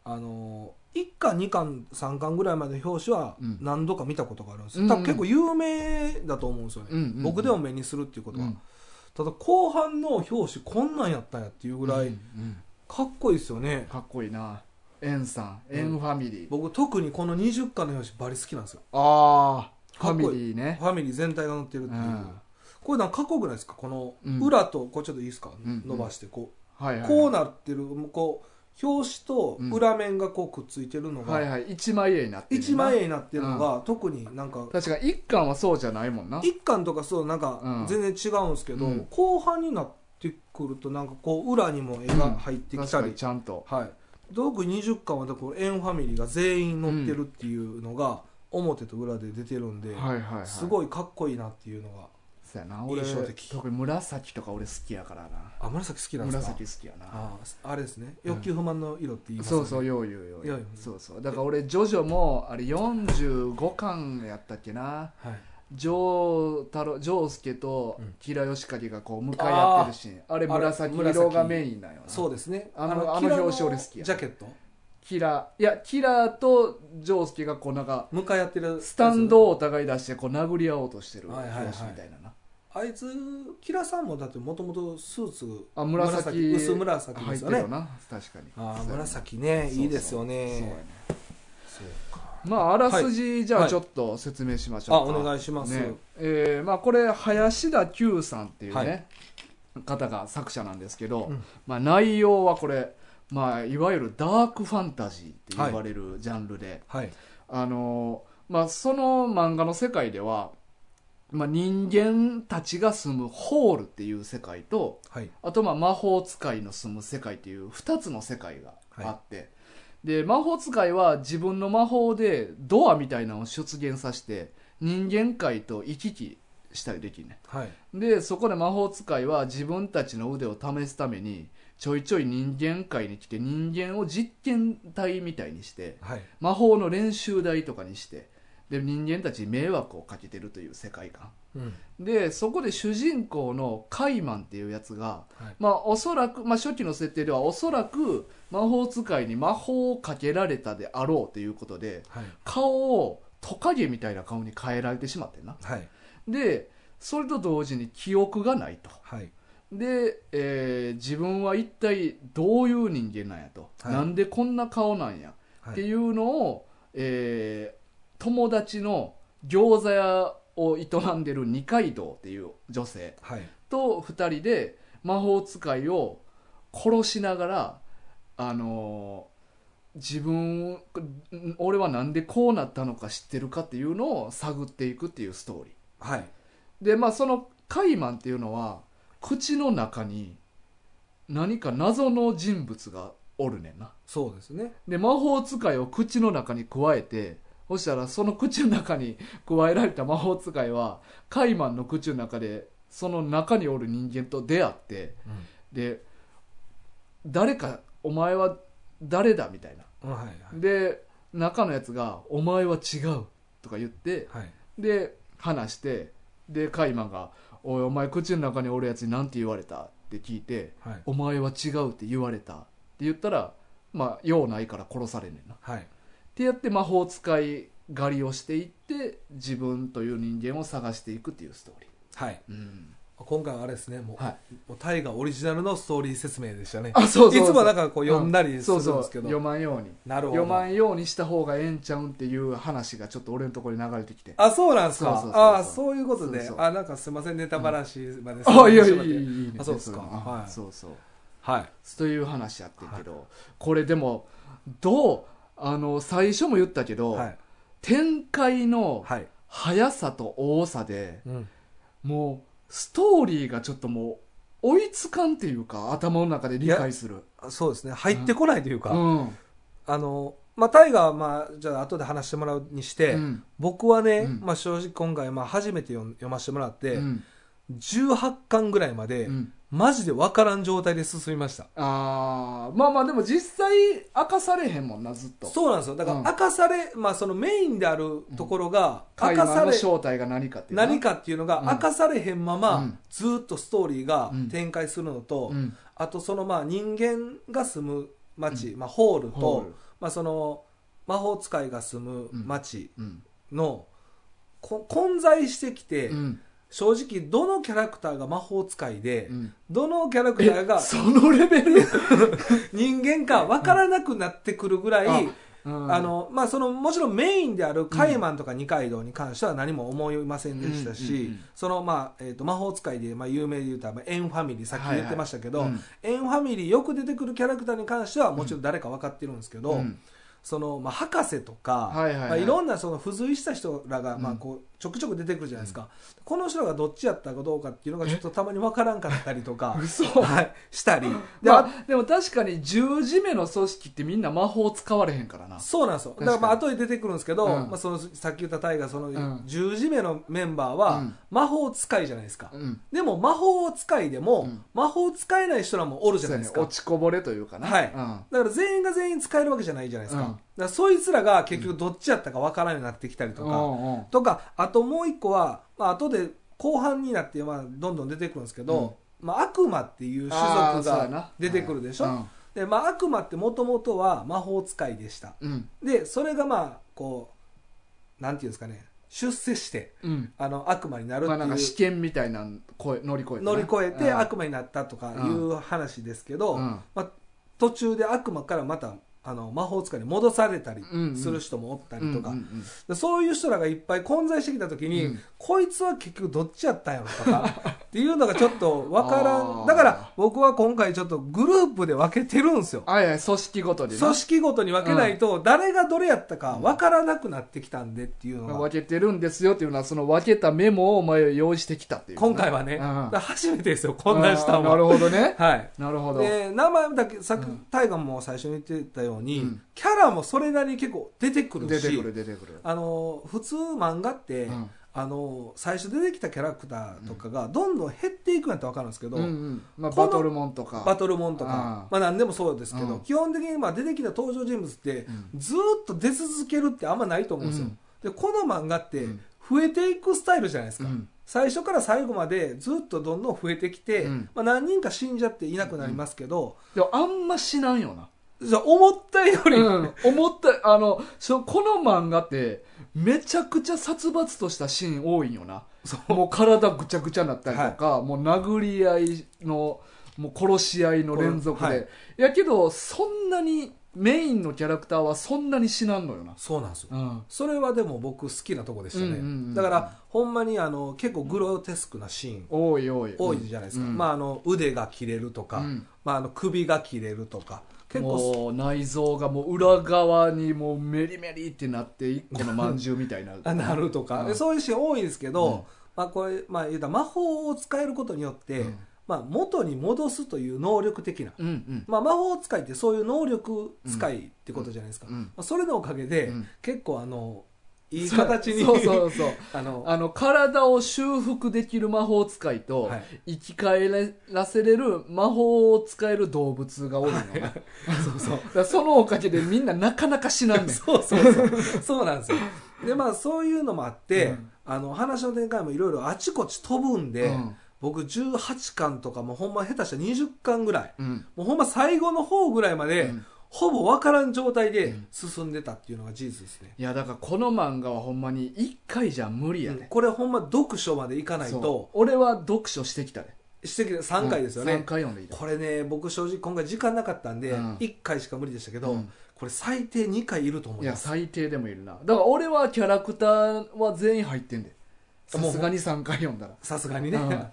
Speaker 2: あの1巻2巻3巻ぐらいまでの表紙は
Speaker 1: うん
Speaker 2: 何度か見たことがあるんです
Speaker 1: うんう
Speaker 2: よ
Speaker 1: ん
Speaker 2: 多分結構有名だと思うんですよね、
Speaker 1: うんうんうん
Speaker 2: 僕でも目にするっていうことは、
Speaker 1: うん
Speaker 2: ただ後半の表紙こんなんやったんやっていうぐらい
Speaker 1: うん
Speaker 2: かっこいいですよね、
Speaker 1: かっこいいなエンさんエンファミリー、
Speaker 2: 僕特にこの20巻の表紙バリ好きなんですよ
Speaker 1: ああフ
Speaker 2: か
Speaker 1: ァ
Speaker 2: っこいい
Speaker 1: ミリーね
Speaker 2: ファミリー全体が載ってるっていう、
Speaker 1: うん
Speaker 2: これなんかかっこよくないですかこの
Speaker 1: うん
Speaker 2: 裏とこれちょっといいですか、
Speaker 1: うん
Speaker 2: 伸ばしてこ、
Speaker 1: はいうはい
Speaker 2: こうなってるこう表紙と裏面がこうくっついてるの
Speaker 1: はい
Speaker 2: が
Speaker 1: はい一枚絵になってるな
Speaker 2: 一枚絵になってるのが特になんか
Speaker 1: 確かに一巻はそうじゃないもんな
Speaker 2: 一巻とかそうなんか
Speaker 1: うん
Speaker 2: 全然違うんですけど、
Speaker 1: うん
Speaker 2: 後半になってくるとなんかこう裏にも絵が入ってき
Speaker 1: 確
Speaker 2: た
Speaker 1: か
Speaker 2: り、
Speaker 1: にちゃんと
Speaker 2: はい特に20巻はだからエンファミリーが全員載ってるっていうのが表と裏で出てるんで、
Speaker 1: はいはいはい
Speaker 2: すごいかっこいいなっていうのが
Speaker 1: そうやな俺
Speaker 2: 印象的
Speaker 1: 特に紫とか俺好きやからな
Speaker 2: あ紫好きなんですか
Speaker 1: 紫好きやな
Speaker 2: あああれですね欲求不満の色って言いますよ
Speaker 1: そ
Speaker 2: ね
Speaker 1: うそうよう言うよう言
Speaker 2: よう
Speaker 1: う
Speaker 2: 言う
Speaker 1: そうそうだから俺ジョジョもあれ45巻やったっけな
Speaker 2: はい
Speaker 1: ジョー太郎ジョースケと
Speaker 2: うん
Speaker 1: 吉良義景がこう向かい合ってるシーンあれ
Speaker 2: あれ
Speaker 1: 紫色
Speaker 2: 紫
Speaker 1: がメインなんよな
Speaker 2: そうですね
Speaker 1: あの
Speaker 2: キラ
Speaker 1: あの表紙俺好きや
Speaker 2: ジャケット
Speaker 1: キラいやキラとジョースケがこうなんか
Speaker 2: 向かい合ってる
Speaker 1: スタンドをお互い出してこう殴り合おうとしてる
Speaker 2: はい
Speaker 1: 表
Speaker 2: はいはい
Speaker 1: 紙みたいなな、
Speaker 2: あいつキラさんもだってもともとスーツ
Speaker 1: あ紫
Speaker 2: 薄紫ですよ
Speaker 1: 入ってるよ
Speaker 2: ね
Speaker 1: な確かに
Speaker 2: ああ
Speaker 1: そうやな
Speaker 2: 紫ね
Speaker 1: そうそう
Speaker 2: いいですよ
Speaker 1: そうや
Speaker 2: ね
Speaker 1: ね
Speaker 2: そう
Speaker 1: まああらすじじゃ
Speaker 2: は
Speaker 1: あ
Speaker 2: い
Speaker 1: ちょっと説明しまし
Speaker 2: あ
Speaker 1: ょうか、
Speaker 2: お願いします、
Speaker 1: ねえーまあ、これ林田久さんっていうね、
Speaker 2: は
Speaker 1: 方が作者なんですけど、
Speaker 2: うん
Speaker 1: まあ、内容はこれ、まあ、いわゆるダークファンタジーって呼ばれるジャンルで、
Speaker 2: はい
Speaker 1: あのーまあ、その漫画の世界では、まあ、人間たちが住むホールっていう世界と
Speaker 2: はい
Speaker 1: あとまあ魔法使いの住む世界っていう2つの世界があって、で魔法使いは自分の魔法でドアみたいなのを出現させて人間界と行き来したりできるね
Speaker 2: はい
Speaker 1: でそこで魔法使いは自分たちの腕を試すためにちょいちょい人間界に来て人間を実験体みたいにして
Speaker 2: はい
Speaker 1: 魔法の練習台とかにしてで人間たちに迷惑をかけてるという世界観
Speaker 2: うん
Speaker 1: でそこで主人公のカイマンっていうやつが、
Speaker 2: はい
Speaker 1: まあおそらく、まあ、初期の設定ではおそらく魔法使いに魔法をかけられたであろうということで
Speaker 2: はい
Speaker 1: 顔をトカゲみたいな顔に変えられてしまってんな
Speaker 2: はい
Speaker 1: でそれと同時に記憶がないと
Speaker 2: はい
Speaker 1: で、えー自分は一体どういう人間なんやと、
Speaker 2: はい
Speaker 1: なんでこんな顔なんや
Speaker 2: は
Speaker 1: って
Speaker 2: い
Speaker 1: いうのを、えー友達の餃子屋を営んでる二階堂っていう女性
Speaker 2: はい
Speaker 1: と2人で魔法使いを殺しながら、あのー自分ん俺はなんでこうなったのか知ってるかっていうのを探っていくっていうストーリ
Speaker 2: はい
Speaker 1: ーでまあそのカイマンっていうのは口の中に何か謎の人物がおるねんな
Speaker 2: そうですね
Speaker 1: で魔法使いを口の中に加えてそしたらその口の中に 加えられた魔法使いはカイマンの口の中でその中におる人間と出会ってで誰かお前は誰だみたいな
Speaker 2: うんはいはい
Speaker 1: で中のやつが「お前は違う」とか言って
Speaker 2: はい
Speaker 1: で話してでカイマンが「おいお前口の中におるやつに何て言われた?」って聞いて
Speaker 2: はい
Speaker 1: 「お前は違う」って言われたって言ったらまあ用ないから殺されんねんな
Speaker 2: はい
Speaker 1: ってやって魔法使い狩りをしていって自分という人間を探していくっていうストーリ
Speaker 2: はい
Speaker 1: ー、
Speaker 2: 今回はあれですねもう
Speaker 1: はい
Speaker 2: もうタイガオリジナルのストーリー説明でしたね
Speaker 1: あそうそうそう
Speaker 2: つもなんかこう読んだりするんですけど、
Speaker 1: そうそう読まんように
Speaker 2: なるほど
Speaker 1: 読まんようにした方がええんちゃうんっていう話がちょっと俺のところに流れてきて
Speaker 2: あそうなんですか
Speaker 1: そうそうそうそう
Speaker 2: あそういうことで
Speaker 1: そうそう
Speaker 2: あなんかすいませんネタバラシまで、
Speaker 1: あいやいやい
Speaker 2: や
Speaker 1: やいやいや
Speaker 2: あそうですか
Speaker 1: あ
Speaker 2: はい
Speaker 1: そうそう
Speaker 2: はい
Speaker 1: という話やってんけど、これでもどうあの最初も言ったけど、
Speaker 2: はい
Speaker 1: 展開の
Speaker 2: はい、
Speaker 1: 速さと多さで、
Speaker 2: うん、
Speaker 1: もうストーリーがちょっともう追いつかんっていうか頭の中で理解する
Speaker 2: あそうですね入ってこないというか、
Speaker 1: うん
Speaker 2: あのまあタイガーはまあじゃあ後で話してもらうにして、
Speaker 1: うん
Speaker 2: 僕はね、
Speaker 1: うん
Speaker 2: まあ、正直今回まあ初めて読ん読ませてもらって、
Speaker 1: うん
Speaker 2: 18巻ぐらいまで、
Speaker 1: うん
Speaker 2: マジで分からん状態で進みました
Speaker 1: あーまあまあでも実際明かされへんもんなずっと
Speaker 2: そうなんですよだから
Speaker 1: うん
Speaker 2: 明かされ、まあそのメインであるところが明
Speaker 1: 海
Speaker 2: か
Speaker 1: 馬
Speaker 2: さ
Speaker 1: の
Speaker 2: れ
Speaker 1: 正体が何かっていうな
Speaker 2: 何かっていうのが
Speaker 1: うん
Speaker 2: 明かされへんまま、
Speaker 1: うん
Speaker 2: ずーっとストーリーが
Speaker 1: うん
Speaker 2: 展開するのと、
Speaker 1: うん
Speaker 2: あとそのまあ人間が住む町、まあ、ホールと
Speaker 1: ホール
Speaker 2: まあ、その魔法使いが住む町
Speaker 1: うん
Speaker 2: の、こ混在してきて、
Speaker 1: うん
Speaker 2: 正直どのキャラクターが魔法使いで、
Speaker 1: うん
Speaker 2: どのキャラクター
Speaker 1: え
Speaker 2: が
Speaker 1: そのレベ ル
Speaker 2: 人間か分からなくなってくるぐらい、あ
Speaker 1: あ
Speaker 2: のまあ、そのもちろんメインであるカイマンとか二階堂に関しては何も思いませんでしたし、
Speaker 1: うんうんうんうん
Speaker 2: その、まあえー、と魔法使いで、まあ、有名で言うたら、まあエンファミリーさっき言ってましたけど、
Speaker 1: はいはいうん
Speaker 2: エンファミリーよく出てくるキャラクターに関してはもちろん誰か分かってるんですけど、
Speaker 1: うん
Speaker 2: そのまあ、博士とか、
Speaker 1: はいはいはい
Speaker 2: まあ、いろんなその付随した人らが、
Speaker 1: うん
Speaker 2: まあ、こうちょくちょく出てくるじゃないですか、この人がどっちやったかどうかっていうのがちょっとたまに分からんかったりとか
Speaker 1: 嘘
Speaker 2: はい、し たり。で
Speaker 1: で,、まあ、でも確かに十字目の組織ってみんな魔法使われへんからな
Speaker 2: そうなんですよ。
Speaker 1: 確
Speaker 2: だ
Speaker 1: か
Speaker 2: か
Speaker 1: らに
Speaker 2: まあ後で出てくるんですけど、
Speaker 1: うん
Speaker 2: まあそのさっき言った大がその
Speaker 1: ん
Speaker 2: 十字目のメンバーは
Speaker 1: うん
Speaker 2: 魔法使いじゃないですか。
Speaker 1: うん
Speaker 2: でも魔法使いでも
Speaker 1: うん
Speaker 2: 魔法使えない人らもおるじ
Speaker 1: そ
Speaker 2: ゃ
Speaker 1: う
Speaker 2: な
Speaker 1: やね
Speaker 2: いですか
Speaker 1: 落。ちこぼれというかな
Speaker 2: はい
Speaker 1: うん
Speaker 2: だから全員が全員使えるわけじゃないじゃないですか。
Speaker 1: うん
Speaker 2: だからそいつらが結局どっちやったかわからんようになってきたりとか、
Speaker 1: うんうん
Speaker 2: とかあともう一個はまあ後で後半になってまあどんどん出てくるんですけど、まあ悪魔っていう
Speaker 1: あ
Speaker 2: 種
Speaker 1: ー
Speaker 2: 族
Speaker 1: そうや
Speaker 2: が
Speaker 1: な
Speaker 2: 出てくるでしょ。
Speaker 1: うん
Speaker 2: でまあ悪魔ってもともとは魔法使いでした。
Speaker 1: うん
Speaker 2: でそれがまあこうなんていうんですかね出世して
Speaker 1: うん
Speaker 2: あの悪魔になるって
Speaker 1: ま
Speaker 2: い
Speaker 1: あ
Speaker 2: う、
Speaker 1: なんか試験みたいなの越え乗り越えてな
Speaker 2: 乗り越えて
Speaker 1: うん
Speaker 2: 悪魔になったとかいう話ですけど、
Speaker 1: うん
Speaker 2: まあ、途中で悪魔からまたあの魔法使いに戻されたりする人もおったりとか、
Speaker 1: うんうんうん
Speaker 2: でそういう人らがいっぱい混在してきた時に、
Speaker 1: うん
Speaker 2: こいつは結局どっちやったんやろとかっていうのがちょっとわから
Speaker 1: あ
Speaker 2: ん
Speaker 1: ー
Speaker 2: だから僕は今回ちょっとグループで分けてるんですよ。
Speaker 1: あいや組織ごとでな
Speaker 2: 組織ごとに分けないと誰がどれやったか分からなくなってきたんでっていうのが
Speaker 1: 分けてるんですよっていうのはその分けたメモをお前は用意してきたっていう
Speaker 2: 今回は
Speaker 1: う
Speaker 2: ね
Speaker 1: ん
Speaker 2: だから初めてですよこんなんしたの
Speaker 1: あーなる
Speaker 2: は
Speaker 1: ほど ね
Speaker 2: はい
Speaker 1: なるほど
Speaker 2: で名前だけさっき
Speaker 1: うん
Speaker 2: 大河も最初に言ってたように、
Speaker 1: うん
Speaker 2: キャラもそれなりに結構出てくる
Speaker 1: 出
Speaker 2: して
Speaker 1: くる出てくる
Speaker 2: あの普通漫画って、
Speaker 1: うん
Speaker 2: あの最初出てきたキャラクターとかがどんどん減っていくんやったら分かるんですけど、
Speaker 1: うんうんまあ
Speaker 2: この
Speaker 1: バトルモンとか
Speaker 2: バトルモンとか
Speaker 1: あ
Speaker 2: まあ、何でもそうですけど、
Speaker 1: うん
Speaker 2: 基本的にまあ出てきた登場人物って、
Speaker 1: う
Speaker 2: ずーっと出続けるってあんまないと思うんですよ、でこの漫画って
Speaker 1: うん
Speaker 2: 増えていくスタイルじゃないですか、
Speaker 1: うん
Speaker 2: 最初から最後までずっとどんどん増えてきて、
Speaker 1: うん
Speaker 2: まあ、何人か死んじゃっていなくなりますけど、
Speaker 1: でもあんましないよな
Speaker 2: じゃあ思ったより、
Speaker 1: うん、思ったあのそこの漫画ってめちゃくちゃ殺伐としたシーン多いんよなもう体ぐちゃぐちゃになったりとか、もう殴り合いのもう殺し合いの連続で、
Speaker 2: はい
Speaker 1: やけどそんなにメインのキャラクターはそんなに死なんのよな、
Speaker 2: そうなんですよ
Speaker 1: うん、
Speaker 2: それはでも僕好きなとこでしたね、
Speaker 1: うんうんうん
Speaker 2: だからほんまにあの結構グロテスクなシーン
Speaker 1: 多い多い
Speaker 2: 多いじゃないですか、
Speaker 1: うん
Speaker 2: まあ、あの腕が切れるとか、
Speaker 1: うん
Speaker 2: まあ、あの首が切れるとか結構
Speaker 1: もう内臓がもう裏側にもうメリメリってなって一個のまんじゅうみたいな
Speaker 2: あなるとか、
Speaker 1: うん
Speaker 2: でそういうシーン多いですけど、
Speaker 1: うん
Speaker 2: まあ、これ、まあ、言うたら魔法を使えることによって、
Speaker 1: うん
Speaker 2: まあ、元に戻すという能力的な、
Speaker 1: うんうん
Speaker 2: まあ、魔法使いってそういう能力使いってことじゃないですか、
Speaker 1: うんうん
Speaker 2: まあ、それのおかげで、
Speaker 1: うん
Speaker 2: 結構あのいい形に
Speaker 1: そうそうそう
Speaker 2: あの
Speaker 1: あの体を修復できる魔法使いと、
Speaker 2: はい
Speaker 1: 生き返らせれる魔法を使える動物が多いのね、だか
Speaker 2: そうそう
Speaker 1: らそのおかげでみんななかなか死 なんねん
Speaker 2: そうそうそう。そうなんですよ。で、まあ、そういうのもあって、
Speaker 1: うん
Speaker 2: あの、話の展開もいろいろあちこち飛ぶんで、
Speaker 1: うん
Speaker 2: 僕18巻とかもうほんま下手したら20巻ぐらい、
Speaker 1: うん
Speaker 2: もうほんま最後の方ぐらいまで、
Speaker 1: うん
Speaker 2: ほぼわからん状態で進んでたっていうのが事実ですね。
Speaker 1: いやだからこの漫画はほんまに1回じゃ無理や
Speaker 2: うん
Speaker 1: ね、
Speaker 2: これほんま読書までいかない
Speaker 1: そ
Speaker 2: と、
Speaker 1: う俺は読書してきたね
Speaker 2: してきて3回ですよね。
Speaker 1: 3回読んでいた
Speaker 2: これね、僕正直今回時間なかったんで、
Speaker 1: うん
Speaker 2: 1回しか無理でしたけど、
Speaker 1: うん
Speaker 2: これ最低2回いると思
Speaker 1: い
Speaker 2: いま
Speaker 1: や
Speaker 2: す。
Speaker 1: 最低でもいるなだから俺はキャラクターは全員入ってんでさ
Speaker 2: もう
Speaker 1: すがに3回読んだら
Speaker 2: さすがにね、
Speaker 1: うん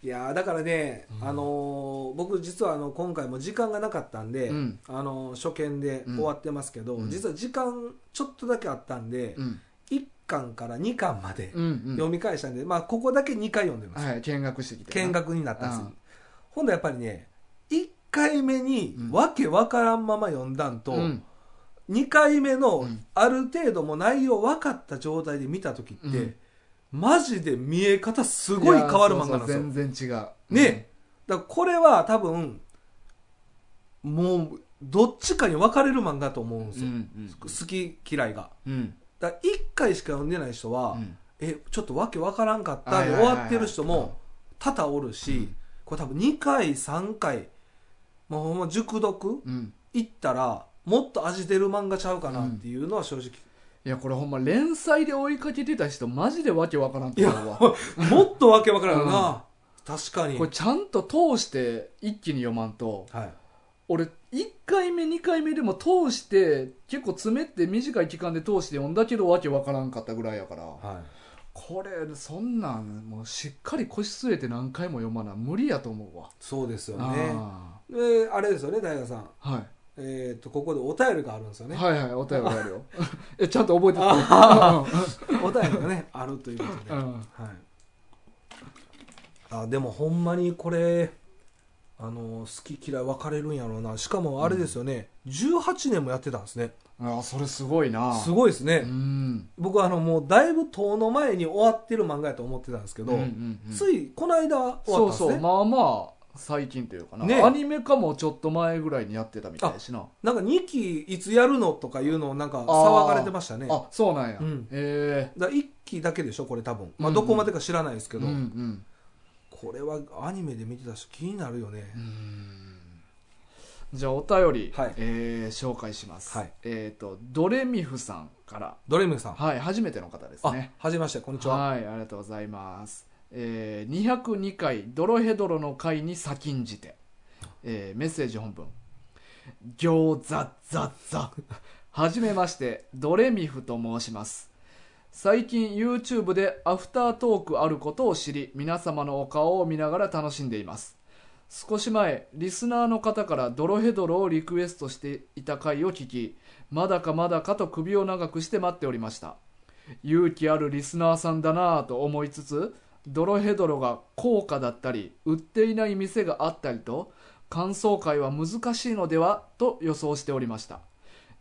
Speaker 2: いやーだからね、
Speaker 1: うん
Speaker 2: あのー僕実はあの今回も時間がなかったんで、
Speaker 1: うん
Speaker 2: あのー初見で
Speaker 1: うん
Speaker 2: 終わってますけど、
Speaker 1: うん
Speaker 2: 実は時間ちょっとだけあったんで、
Speaker 1: うん
Speaker 2: 1巻から2巻まで
Speaker 1: うんうん
Speaker 2: 読み返したんで、まあ、ここだけ2回読んでます、
Speaker 1: はい見学してきて
Speaker 2: 見学になったんです、
Speaker 1: うん
Speaker 2: ほんでやっぱりね1回目に
Speaker 1: うん
Speaker 2: わけわからんまま読んだんと、
Speaker 1: うん
Speaker 2: 2回目
Speaker 1: う
Speaker 2: の
Speaker 1: ん
Speaker 2: ある程度もう内容分かった状態で見た時って、
Speaker 1: うん
Speaker 2: マジで見え方すごい変わる漫画なんですよ
Speaker 1: いやそうそう全然違う
Speaker 2: ね、だからこれは多分もうどっちかに分かれる漫画だと思うんです
Speaker 1: うんう
Speaker 2: よ、
Speaker 1: ん
Speaker 2: 好き嫌いが
Speaker 1: うん
Speaker 2: だから1回しか読んでない人は、
Speaker 1: うん
Speaker 2: えちょっとわけ分からんかった
Speaker 1: はいは
Speaker 2: で
Speaker 1: い
Speaker 2: 終
Speaker 1: はいはい
Speaker 2: わってる人も多々おるし、
Speaker 1: うん
Speaker 2: これ多分2回3回もうほんま熟読
Speaker 1: うん
Speaker 2: 行ったらもっと味出る漫画ちゃうかなっていうのは正直、
Speaker 1: いやこれほんま連載で追いかけてた人マジでわけわからんと
Speaker 2: い
Speaker 1: 思
Speaker 2: や
Speaker 1: うわ
Speaker 2: もっとわけわからんよな、確かに
Speaker 1: これちゃんと通して一気に読まんと
Speaker 2: はい
Speaker 1: 俺1回目2回目でも通して結構詰めって短い期間で通して読んだけどわけわからんかったぐらいやから
Speaker 2: は
Speaker 1: これそんなんもうしっかり腰据えて何回も読まな無理やと思うわ
Speaker 2: い、そうですよね
Speaker 1: あ
Speaker 2: であれですよね大河さん
Speaker 1: ーはい
Speaker 2: えっ、とここでお便りがあるんですよね、
Speaker 1: はいはいお便りあ るよえちゃんと覚えて
Speaker 2: あ
Speaker 1: た
Speaker 2: お便りがねあるということで、
Speaker 1: うん
Speaker 2: は
Speaker 1: う
Speaker 2: い、
Speaker 1: ん
Speaker 2: あでもほんまにこれあの好き嫌い分かれるんやろうなしかもあれですよね、18年もやってたんですね
Speaker 1: あーそれすごいな
Speaker 2: すごいですね、
Speaker 1: うん
Speaker 2: 僕はあのもうだいぶ遠の前に終わってる漫画やと思ってたんですけど、
Speaker 1: うんうんうん
Speaker 2: ついこの間終わ
Speaker 1: そ
Speaker 2: っ
Speaker 1: う
Speaker 2: たんです
Speaker 1: そ
Speaker 2: ね
Speaker 1: うまあまあ最近というかな、
Speaker 2: ね
Speaker 1: アニメ化もちょっと前ぐらいにやってたみたいやしな
Speaker 2: なんか2期いつやるのとかいうのをなんか騒がれてましたねだか
Speaker 1: あそうなんや、
Speaker 2: うん
Speaker 1: え
Speaker 2: ら1期だけでしょこれ多分、ま
Speaker 1: う
Speaker 2: あ、
Speaker 1: ん
Speaker 2: どこまでか知らないです
Speaker 1: え
Speaker 2: けど、
Speaker 1: うんうん
Speaker 2: これはアニメで見てたし気になるよね、
Speaker 1: じゃあお便り、
Speaker 2: はい
Speaker 1: えー紹介します、
Speaker 2: はい
Speaker 1: えっ、とドレミフさんから
Speaker 2: ドレミフさん、
Speaker 1: はい初めての方です
Speaker 2: あ
Speaker 1: ね
Speaker 2: はじめましてこんにちは、
Speaker 1: はいありがとうございます、えー、202回「ドロヘドロの回に先んじて」えーメッセージ本文「餃子ザザ」はじめましてドレミフと申します最近 YouTube でアフタートークあることを知り皆様のお顔を見ながら楽しんでいます少し前リスナーの方からドロヘドロをリクエストしていた回を聞きまだかまだかと首を長くして待っておりました勇気あるリスナーさんだなぁと思いつつドロヘドロが高価だったり売っていない店があったりと感想会は難しいのではと予想しておりました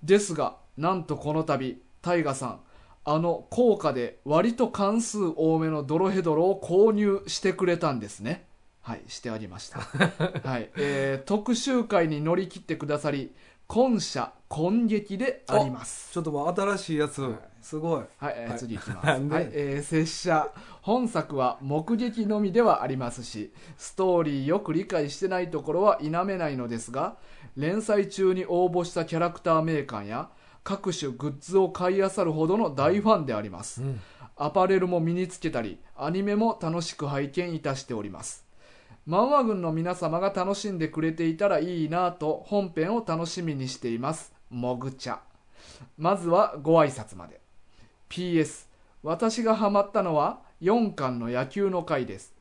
Speaker 1: ですがなんとこの度タイガさんあの高価で割と関数多めのドロヘドロを購入してくれたんですねはいしてありましたはい、えー特集会に乗り切ってくださり今社今撃であります
Speaker 2: ちょっともう新しいやつ、すごい
Speaker 1: はい、えー
Speaker 2: はい
Speaker 1: 次いきます。
Speaker 2: なんで
Speaker 1: はい、えー拙者。本作は目撃のみではありますし、ストーリーよく理解してないところは否めないのですが、連載中に応募したキャラクター名鑑や、各種グッズを買い漁るほどの大ファンであります。
Speaker 2: うん
Speaker 1: アパレルも身につけたり、アニメも楽しく拝見いたしております。マンワ軍の皆様が楽しんでくれていたらいいなぁと本編を楽しみにしています。もぐちゃ。まずはご挨拶まで。PS、私がハマったのは4巻の野球の回です。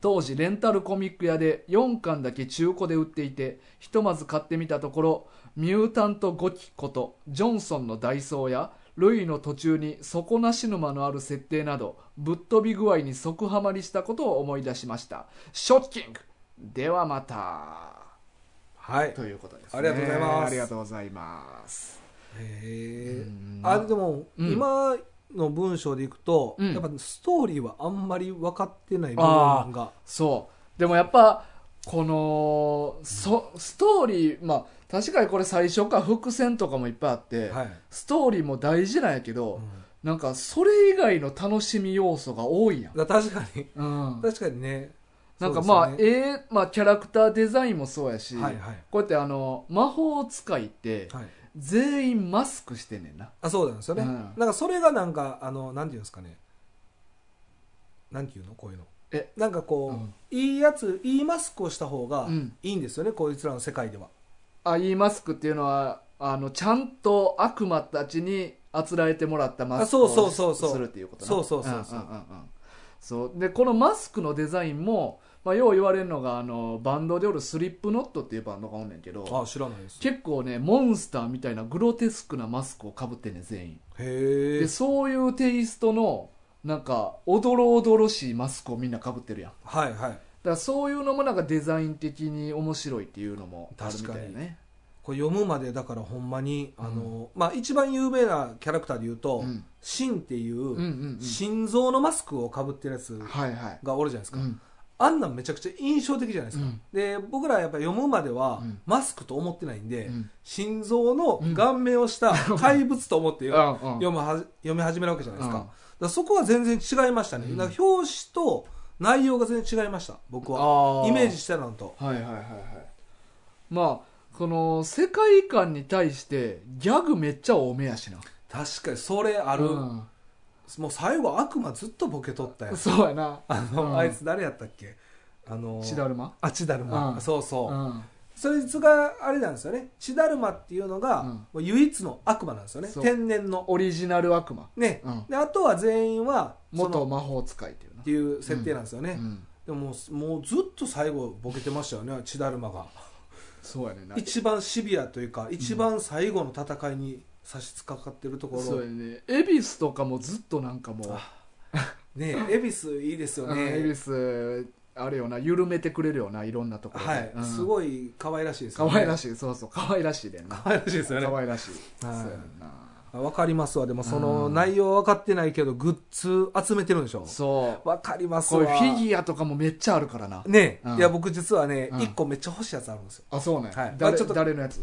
Speaker 1: 当時レンタルコミック屋で4巻だけ中古で売っていて、ひとまず買ってみたところ、ミュータントゴキことジョンソンのダイソーやルイの途中に底なし沼のある設定などぶっ飛び具合に即ハマりしたことを思い出しましたショッキングではまた
Speaker 2: はい
Speaker 1: ということです、ね、
Speaker 2: ありがとうございます
Speaker 1: ありがとうございます
Speaker 2: へえ
Speaker 1: うん
Speaker 2: あでも、
Speaker 1: うん
Speaker 2: 今の文章でいくと、
Speaker 1: うん
Speaker 2: やっぱストーリーはあんまり分かってない部分
Speaker 1: あー
Speaker 2: が
Speaker 1: そうでもやっぱこのそストーリーまあ確かにこれ最初から伏線とかもいっぱいあって、
Speaker 2: はい、
Speaker 1: ストーリーも大事なんやけど、
Speaker 2: う
Speaker 1: なんかそれ以外の楽しみ要素が多いやん
Speaker 2: ん、だから確かに
Speaker 1: うん、
Speaker 2: 確かにね
Speaker 1: なんかまあ、
Speaker 2: そうですよね
Speaker 1: ええまあ、キャラクターデザインもそうやし、
Speaker 2: はいはい
Speaker 1: こうやってあの魔法使いって
Speaker 2: はい
Speaker 1: 全員マスクしてんねんな
Speaker 2: あそうなんですよね、
Speaker 1: うん
Speaker 2: なんかそれがなんかあのなんていうんですかねなんていうのこういうの
Speaker 1: え
Speaker 2: なんかこう、
Speaker 1: うん
Speaker 2: いいやついいマスクをした方が
Speaker 1: うん
Speaker 2: いいんですよね、こいつらの世界では
Speaker 1: あいいマスクっていうのはあのちゃんと悪魔たちにあつらえてもらったマスクを
Speaker 2: あそうそうそうそう
Speaker 1: するっていうことな
Speaker 2: そうそうそうそうん
Speaker 1: んんんそうでこのマスクのデザインも、まあ、よう言われるのがあのバンドでおるスリップノットっていうバンドがおんねんけど
Speaker 2: あ知らないですへ
Speaker 1: 結構ねモンスターみたいなグロテスクなマスクをかぶってんねん全員
Speaker 2: え
Speaker 1: でそういうテイストのなんかおどろおどろしいマスクをみんなかぶってるやんだか
Speaker 2: はいはい
Speaker 1: らそういうのもなんかデザイン的に面白いっていうのもあるみたい
Speaker 2: 確か
Speaker 1: ね
Speaker 2: これ読むまでだからほんまにあの、まあ、一番有名なキャラクターで言うと、
Speaker 1: うん
Speaker 2: シンっていう、
Speaker 1: うんうん
Speaker 2: 心臓のマスクをかぶってるやつ
Speaker 1: うんはいはい
Speaker 2: がおるじゃないです
Speaker 1: う
Speaker 2: か、
Speaker 1: ん
Speaker 2: あんなんめちゃくちゃ印象的じゃないですか、
Speaker 1: うん
Speaker 2: で僕らやっぱ読むまでは、
Speaker 1: うん
Speaker 2: マスクと思ってないんで、
Speaker 1: うん
Speaker 2: 心臓の顔面をした怪物と思って
Speaker 1: うん
Speaker 2: よ
Speaker 1: うん
Speaker 2: 読むはじ読み始めるわけじゃないですか,、
Speaker 1: うん
Speaker 2: だからそこは全然違いましたね、
Speaker 1: うん
Speaker 2: だから表紙と内容が全然違いました僕は
Speaker 1: あ
Speaker 2: イメージしてたのと
Speaker 1: はいはいはいはいまあこの世界観に対してギャグめっちゃ多めやしな
Speaker 2: 確かにそれある、
Speaker 1: うん
Speaker 2: もう最後悪魔ずっとボケとったやん
Speaker 1: そうやな
Speaker 2: あの、
Speaker 1: うん
Speaker 2: あいつ誰やったっけあの
Speaker 1: 血だるま
Speaker 2: あちだるま、
Speaker 1: うん
Speaker 2: そうそう、
Speaker 1: うん
Speaker 2: そいつがあれなんですよね血だるまっていうのが、
Speaker 1: うん
Speaker 2: もう唯一の悪魔なんですよね
Speaker 1: そう
Speaker 2: 天然の
Speaker 1: オリジナル悪魔
Speaker 2: ね、
Speaker 1: うん
Speaker 2: であとは全員はその
Speaker 1: 元魔法使いっていうな
Speaker 2: っていう設定なんですよね、
Speaker 1: うん
Speaker 2: でももうもうずっと最後ボケてましたよね血だるまが
Speaker 1: そうやねんな
Speaker 2: 一番シビアというか一番最後の戦いに差し掛かってるとこ
Speaker 1: そう
Speaker 2: ろ、
Speaker 1: やね恵比寿とかもずっとなんかもう
Speaker 2: ねえ恵比寿いいですよ
Speaker 1: うん恵比
Speaker 2: ね
Speaker 1: 寿あれよな緩めてくれるよないろんなところで
Speaker 2: はい、
Speaker 1: うん
Speaker 2: すごい可愛らしいですよ
Speaker 1: 可
Speaker 2: ね
Speaker 1: 愛らしいそうそう可愛らしいでんな
Speaker 2: 可愛らしいですよね
Speaker 1: 可愛らしいそう
Speaker 2: はい
Speaker 1: やねんな
Speaker 2: わかりますわでもその
Speaker 1: うん
Speaker 2: 内容は分かってないけどグッズ集めてるんでしょ
Speaker 1: そう
Speaker 2: わかります
Speaker 1: こうい
Speaker 2: わ
Speaker 1: うフィギュアとかもめっちゃあるからな
Speaker 2: ねえ、
Speaker 1: うん
Speaker 2: いや僕実はね、
Speaker 1: うん
Speaker 2: 一1個めっちゃ欲しいやつあるんですよ
Speaker 1: あそうね、
Speaker 2: はい
Speaker 1: 誰
Speaker 2: あちょっと
Speaker 1: 誰のやつ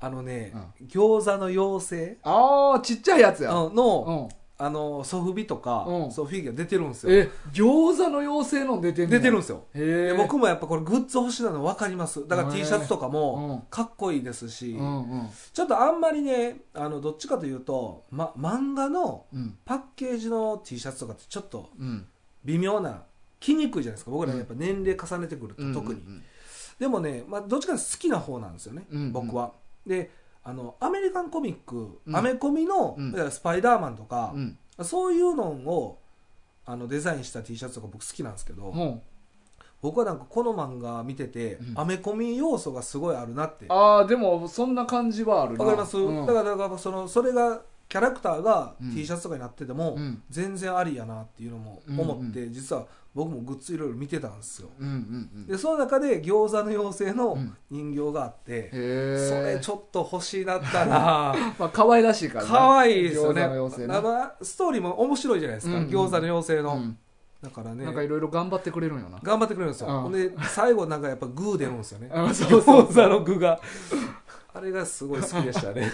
Speaker 2: あのね、餃子の妖精
Speaker 1: ああちっちゃいやつや、
Speaker 2: うん
Speaker 1: う
Speaker 2: の,、
Speaker 1: ん
Speaker 2: あのソフビとか、
Speaker 1: うん
Speaker 2: そうフィギュア出てるんですよ
Speaker 1: え餃子の妖精の出てんね
Speaker 2: 出
Speaker 1: や
Speaker 2: てるんですよ
Speaker 1: へえ
Speaker 2: で僕もやっぱこれグッズ欲しいなの分かりますだから
Speaker 1: へえ
Speaker 2: T シャツとか
Speaker 1: うん
Speaker 2: もかっこいいですし、
Speaker 1: うんうん
Speaker 2: ちょっとあんまりねあのどっちかというと、ま、漫画の
Speaker 1: うん
Speaker 2: パッケージの T シャツとかってちょっと
Speaker 1: うん
Speaker 2: 微妙な着にくいじゃないですか僕らやっぱ年齢重ねてくると
Speaker 1: うん
Speaker 2: 特に、
Speaker 1: うん
Speaker 2: でもね、まあ、どっちかというと好きな方なんですよね、
Speaker 1: うんうん
Speaker 2: 僕はであのアメリカンコミック、
Speaker 1: うん
Speaker 2: アメコミの、
Speaker 1: うん
Speaker 2: だからスパイダーマンとか
Speaker 1: う、ん
Speaker 2: そういうのをあのデザインした T シャツとか僕好きなんですけど、
Speaker 1: うん
Speaker 2: 僕はなんかこの漫画見てて、
Speaker 1: うん
Speaker 2: アメコミ要素がすごいあるなってわ
Speaker 1: ああでもそんな感じはあるな
Speaker 2: かります、
Speaker 1: うん
Speaker 2: だからだからそのそれがキャラクターが
Speaker 1: うん
Speaker 2: T シャツとかになってても、
Speaker 1: うん
Speaker 2: 全然ありやなっていうのも思って、
Speaker 1: う
Speaker 2: 実は僕もグッズいろいろ見てたんですよ
Speaker 1: うんうんうん
Speaker 2: でその中で餃子の妖精の
Speaker 1: うん
Speaker 2: 人形があって、そ
Speaker 1: へ
Speaker 2: れ
Speaker 1: え
Speaker 2: ちょっと欲しいな ったら
Speaker 1: まあ可愛らしいからな
Speaker 2: 可愛いですよね
Speaker 1: 餃子の妖精な
Speaker 2: あのストーリーも面白いじゃないですか、
Speaker 1: うんうん
Speaker 2: 餃子の妖精の、
Speaker 1: うん
Speaker 2: だから
Speaker 1: なんか
Speaker 2: ね
Speaker 1: いろいろ頑張ってくれるんよな
Speaker 2: 頑張ってくれるんですよ、
Speaker 1: うん
Speaker 2: ほんで最後なんかやっぱグー出るんですよね
Speaker 1: あそうそう
Speaker 2: 餃子の具があれがすごい好きでし たね、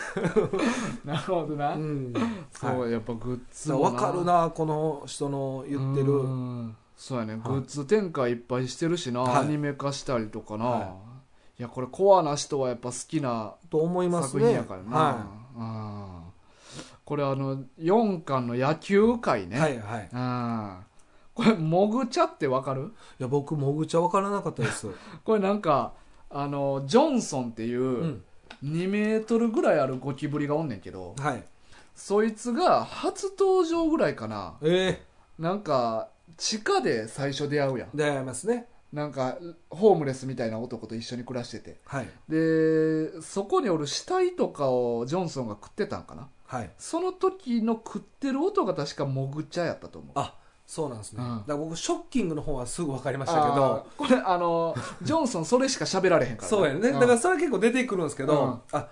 Speaker 1: なるほどな
Speaker 2: うん
Speaker 1: そう、
Speaker 2: はい
Speaker 1: やっぱグッズ
Speaker 2: だから
Speaker 1: も
Speaker 2: 分かるなこの人の言って
Speaker 1: う
Speaker 2: る
Speaker 1: んそうやねグッズ展開いっぱいしてるしな、
Speaker 2: はい
Speaker 1: アニメ化したりとかな、、
Speaker 2: はい
Speaker 1: やこれコアな人はやっぱ好きな
Speaker 2: と思います
Speaker 1: 作
Speaker 2: ね
Speaker 1: 品やからな、
Speaker 2: は
Speaker 1: うんこれあの4巻の野球界
Speaker 2: い、
Speaker 1: ね、
Speaker 2: はいはいい
Speaker 1: うんこれモグチャってわかる
Speaker 2: や僕もぐちゃ分からなかったです、
Speaker 1: これなんかあのジョンソンっていううん2メートルぐらいあるゴキブリがおんねんけど、
Speaker 2: はい
Speaker 1: そいつが初登場ぐらいかな
Speaker 2: え
Speaker 1: なんか地下で最初出会うやん
Speaker 2: ー、出会いますね
Speaker 1: なんかホームレスみたいな男と一緒に暮らしてて
Speaker 2: はい
Speaker 1: でそこにおる死体とかをジョンソンが食ってたんかな
Speaker 2: はい
Speaker 1: その時の食ってる音が確かモグチャやったと思う
Speaker 2: あそうなんですね、
Speaker 1: うん
Speaker 2: だから僕ショッキングの方はすぐ分かりましたけど
Speaker 1: あーこれあのジョンソンそれしか喋られへんから
Speaker 2: そうやね、だからそれは結構出てくるんですけど、あ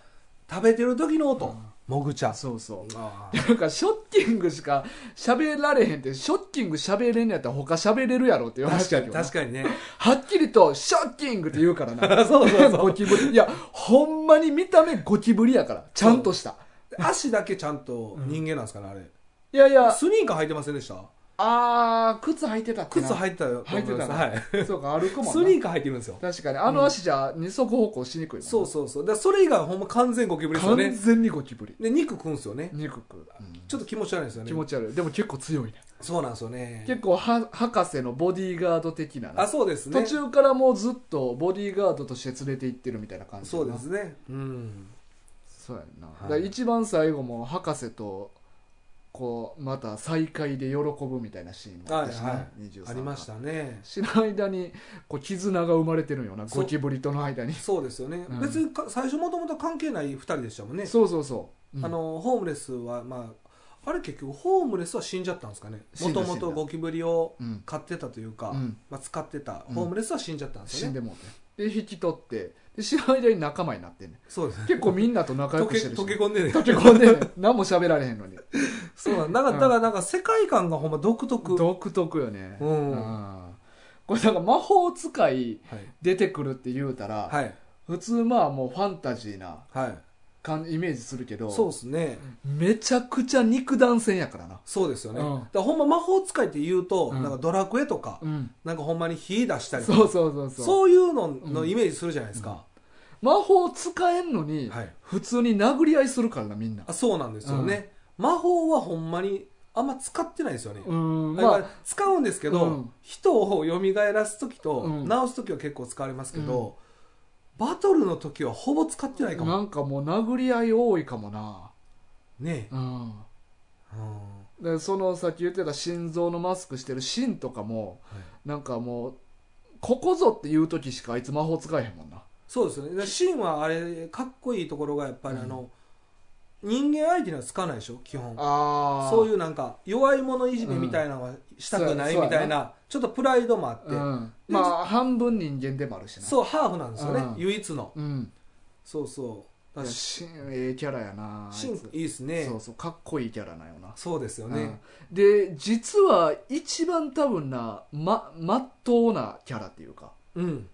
Speaker 2: 食べてる時の音、もぐちゃ
Speaker 1: らそうそう
Speaker 2: あ ー
Speaker 1: なんかショッキングしか喋られへんってショッキング喋れんのやったら他喋れるやろって言われ
Speaker 2: 確
Speaker 1: て
Speaker 2: か
Speaker 1: るけ
Speaker 2: に
Speaker 1: どな
Speaker 2: 確か にね
Speaker 1: はっきりとショッキングって言うからな
Speaker 2: そうそうそ
Speaker 1: ゴ
Speaker 2: う
Speaker 1: キブリいやほんまに見た目ゴキブリやからちゃんとした
Speaker 2: 足だけちゃんと人間なんですかねあれ
Speaker 1: いやいや
Speaker 2: スニーカー履いてませんでした
Speaker 1: あー靴履いてたっけな
Speaker 2: 靴履いてたよ
Speaker 1: 履いてたな
Speaker 2: はい
Speaker 1: そうか歩くもんな
Speaker 2: スニーカー履いてるんですよ
Speaker 1: 確かにあの足じゃ二足歩行しにくいもんな
Speaker 2: そうそうそうだからそれ以外はほんま完全ゴキブリですよ
Speaker 1: 完
Speaker 2: ね
Speaker 1: 全にゴキブリ
Speaker 2: で肉食うんですよね
Speaker 1: 憎く、
Speaker 2: ちょっと気持ち悪いんですよね
Speaker 1: 気持ち悪いでも結構強いね
Speaker 2: そうなんですよね
Speaker 1: 結構は博士のボディーガード的なな
Speaker 2: あそうですね
Speaker 1: 途中からもうずっとボディーガードとして連れて行ってるみたいな感じだ
Speaker 2: そ
Speaker 1: な
Speaker 2: うですねうん
Speaker 1: そうやんな、
Speaker 2: い
Speaker 1: だから一番最後も博士とこうまた再会で喜ぶみたいなシーンもあったしな、
Speaker 2: はいは
Speaker 1: 23
Speaker 2: ありましたね
Speaker 1: しの間にこう絆が生まれてるんよな
Speaker 2: そう
Speaker 1: ゴキブリとの間に
Speaker 2: そうですよね、
Speaker 1: うん
Speaker 2: 別にか最初もともと関係ない2人でしたもんね
Speaker 1: そうそうそう、うん
Speaker 2: あのホームレスは、まあ、あれ結局ホームレスは死んじゃったんですかね
Speaker 1: 死
Speaker 2: も
Speaker 1: んだ
Speaker 2: とも
Speaker 1: 死ん
Speaker 2: と
Speaker 1: だ
Speaker 2: ゴキブリを
Speaker 1: うん
Speaker 2: 飼ってたというか、
Speaker 1: うん
Speaker 2: まあ、使ってた
Speaker 1: うん
Speaker 2: ホームレスは死んじゃったんです
Speaker 1: 死
Speaker 2: よ
Speaker 1: ん
Speaker 2: ね、
Speaker 1: でもうてで引き取ってでしの間に仲間になってん ねん
Speaker 2: そうですね
Speaker 1: 結構みんなと仲良
Speaker 2: 溶
Speaker 1: く
Speaker 2: け
Speaker 1: してるし
Speaker 2: 溶け込んでね
Speaker 1: 溶け込んでんねん何も喋られへんのに
Speaker 2: そうなんだからだからなんか世界観がほんま独特、
Speaker 1: 独特よね
Speaker 2: うん
Speaker 1: うんこれなんか魔法使い
Speaker 2: はい
Speaker 1: 出てくるって言うたら、
Speaker 2: はい
Speaker 1: 普通まあもうファンタジーな
Speaker 2: はい
Speaker 1: 感イメージするけど
Speaker 2: そうですね
Speaker 1: めちゃくちゃ肉弾戦やからな
Speaker 2: そうですよね、
Speaker 1: うん
Speaker 2: だからほんま魔法使いって言うと、
Speaker 1: うん
Speaker 2: なんかドラクエとか、
Speaker 1: うん
Speaker 2: なんかほんまに火出したりとか
Speaker 1: そうそうそうそう
Speaker 2: そういうののイメージするじゃないですか、
Speaker 1: 魔法使えんのに、
Speaker 2: はい、
Speaker 1: 普通に殴り合いするからなみんな
Speaker 2: あそうなんですよね、魔法はほんまにあんま使ってないですよね、
Speaker 1: うん
Speaker 2: だか
Speaker 1: ま
Speaker 2: ら使うんですけど、
Speaker 1: うん
Speaker 2: 人を蘇らす時と
Speaker 1: うん
Speaker 2: 直す時は結構使われますけど、バトルの時はほぼ使ってない
Speaker 1: あ
Speaker 2: か
Speaker 1: な
Speaker 2: も
Speaker 1: んかもう殴り合い多いかもな
Speaker 2: ね
Speaker 1: うん
Speaker 2: え、うん
Speaker 1: でそのさっき言ってた心臓のマスクしてる芯とかも
Speaker 2: はい
Speaker 1: なんかもうここぞっていう時しかあいつ魔法使えへんもんな
Speaker 2: そうですよねだからシンはあれかっこいいところがやっぱり
Speaker 1: うん
Speaker 2: あの、人間相手には使わないでしょ基本
Speaker 1: あ
Speaker 2: そう
Speaker 1: い
Speaker 2: いうなんか弱い者いじめみたいなのはしたくない
Speaker 1: そうや
Speaker 2: みた
Speaker 1: そ
Speaker 2: い
Speaker 1: うや
Speaker 2: な、ちょっとプライドもあって、
Speaker 1: うん、まあ半分人間でもあるしな
Speaker 2: そうハーフなんですよね、
Speaker 1: うん
Speaker 2: 唯一の
Speaker 1: うん
Speaker 2: そうそうだから
Speaker 1: 芯ええキャラやなあいつ
Speaker 2: シンいいですね
Speaker 1: そうそうかっこいいキャラなんよな
Speaker 2: そうですよね、
Speaker 1: うんで実は一番多分なままっとうなキャラっていうか
Speaker 2: うん、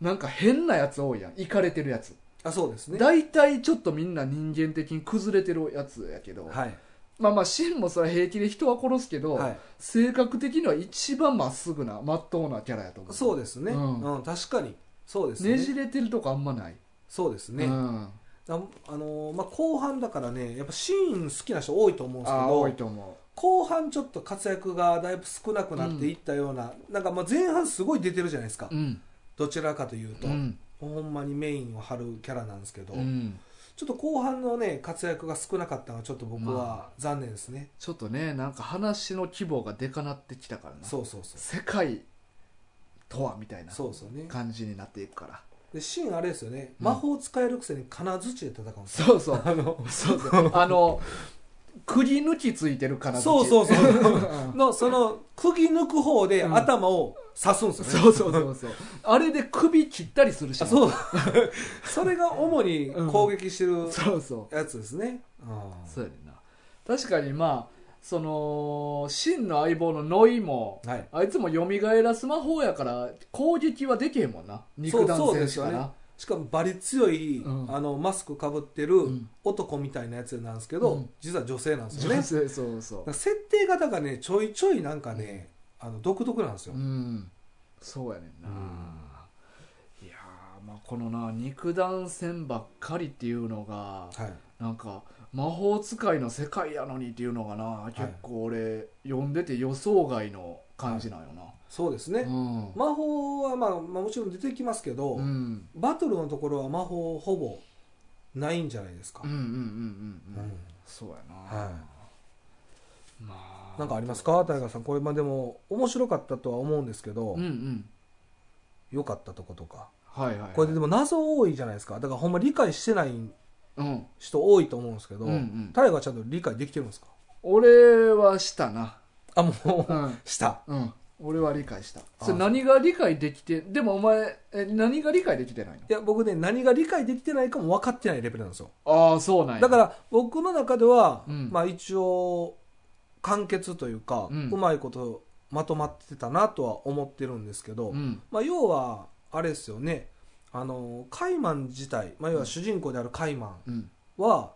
Speaker 1: なんか変なやつ多いやんいかれてるやつ
Speaker 2: あそうですね
Speaker 1: 大体ちょっとみんな人間的に崩れてるやつやけど、
Speaker 2: はい
Speaker 1: まあまあシンもそれは平気で人は殺すけど、
Speaker 2: はい
Speaker 1: 性格的には一番まっすぐなまっとうなキャラやと思う
Speaker 2: そうですね、
Speaker 1: う
Speaker 2: うんん確かにそうですね
Speaker 1: ねじれてるとこあんまない
Speaker 2: そうですね、
Speaker 1: うん、
Speaker 2: だあのーまあ、後半だからねやっぱシーン好きな人多いと思うんですけ
Speaker 1: あ多い
Speaker 2: ど
Speaker 1: と思
Speaker 2: 後半ちょっと活躍がだいぶ少なくなっていったような、なんかまあ前半すごい出てるじゃないですか、
Speaker 1: ううん
Speaker 2: どちらかというと、
Speaker 1: うん
Speaker 2: ほんまにメインを張るキャラなんですけど、
Speaker 1: うん
Speaker 2: ちょっと後半のね活躍が少なかったのはちょっと僕
Speaker 1: ま
Speaker 2: は残念ですね、
Speaker 1: ちょっとねなんか話の規模がでかなってきたからな
Speaker 2: そうそうそう
Speaker 1: 世界とはみたいな
Speaker 2: そうそうね
Speaker 1: 感じになっていくから
Speaker 2: でシーンあれですよね、
Speaker 1: うん
Speaker 2: 魔法使えるくせに金づちで戦うんですよ
Speaker 1: そうそう
Speaker 2: あの
Speaker 1: そう そうあの釘抜きついてるから
Speaker 2: そうそうそう
Speaker 1: ん
Speaker 2: のその釘抜く方で
Speaker 1: うん
Speaker 2: 頭を刺すんですよね、
Speaker 1: そうそうそうそうあれで首切ったりするし
Speaker 2: あそう それが主に攻撃してる
Speaker 1: そうそう
Speaker 2: やつですね、うん
Speaker 1: そうやねんな確かにまあその真の相棒のノイも
Speaker 2: はい
Speaker 1: あいつも蘇らす魔法やから攻撃はできへんもんな肉弾戦士か
Speaker 2: そうそうですよ
Speaker 1: な
Speaker 2: ねしかもバリ強い、
Speaker 1: うん
Speaker 2: あのマスクかぶってる
Speaker 1: うん
Speaker 2: 男みたいなやつなんですけど、
Speaker 1: うん
Speaker 2: 実は女性なんですよね
Speaker 1: 女性そうそ
Speaker 2: だ
Speaker 1: う
Speaker 2: から設定型がねちょいちょいなんかね、あの独特なんですよ、
Speaker 1: うんそうやねんな、いやーまあこのな肉弾戦ばっかりっていうのが
Speaker 2: はい、
Speaker 1: なんか魔法使いの世界やのにっていうのがな結構俺読んでて予想外の感じなんよな、
Speaker 2: そうですね、
Speaker 1: うん、
Speaker 2: 魔法は、まあ、まあもちろん出てきますけど、
Speaker 1: うん
Speaker 2: バトルのところは魔法ほぼないんじゃないですか、
Speaker 1: うんうんうんうんうん、
Speaker 2: うん
Speaker 1: そうやな、
Speaker 2: は
Speaker 1: まあ
Speaker 2: なんかありますか大河さんこれまあでも面白かったとは思うんですけど、
Speaker 1: うんうん
Speaker 2: 良かったとことか
Speaker 1: はいはい、はい、
Speaker 2: これででも謎多いじゃないですかだからほんま理解してない
Speaker 1: うん
Speaker 2: 人多いと思うんですけど、
Speaker 1: うんうん
Speaker 2: タイガーちゃんと理解できてるんですか
Speaker 1: 俺はしたな
Speaker 2: あもう、
Speaker 1: うん
Speaker 2: した
Speaker 1: うん俺は理解した
Speaker 2: あ
Speaker 1: それ何が理解できてでもお前え何が理解できてないの
Speaker 2: いや僕ね何が理解できてないかも分かってないレベルなんですよ
Speaker 1: ああそうなんや
Speaker 2: だから僕の中では、
Speaker 1: うん
Speaker 2: まあ一応完結というか、
Speaker 1: う
Speaker 2: うんまいことまとまってたなとは思ってるんですけど、
Speaker 1: うん
Speaker 2: まあ要はあれですよねあのカイマン自体、まあ、要は主人公であるカイマ
Speaker 1: うん
Speaker 2: ンは、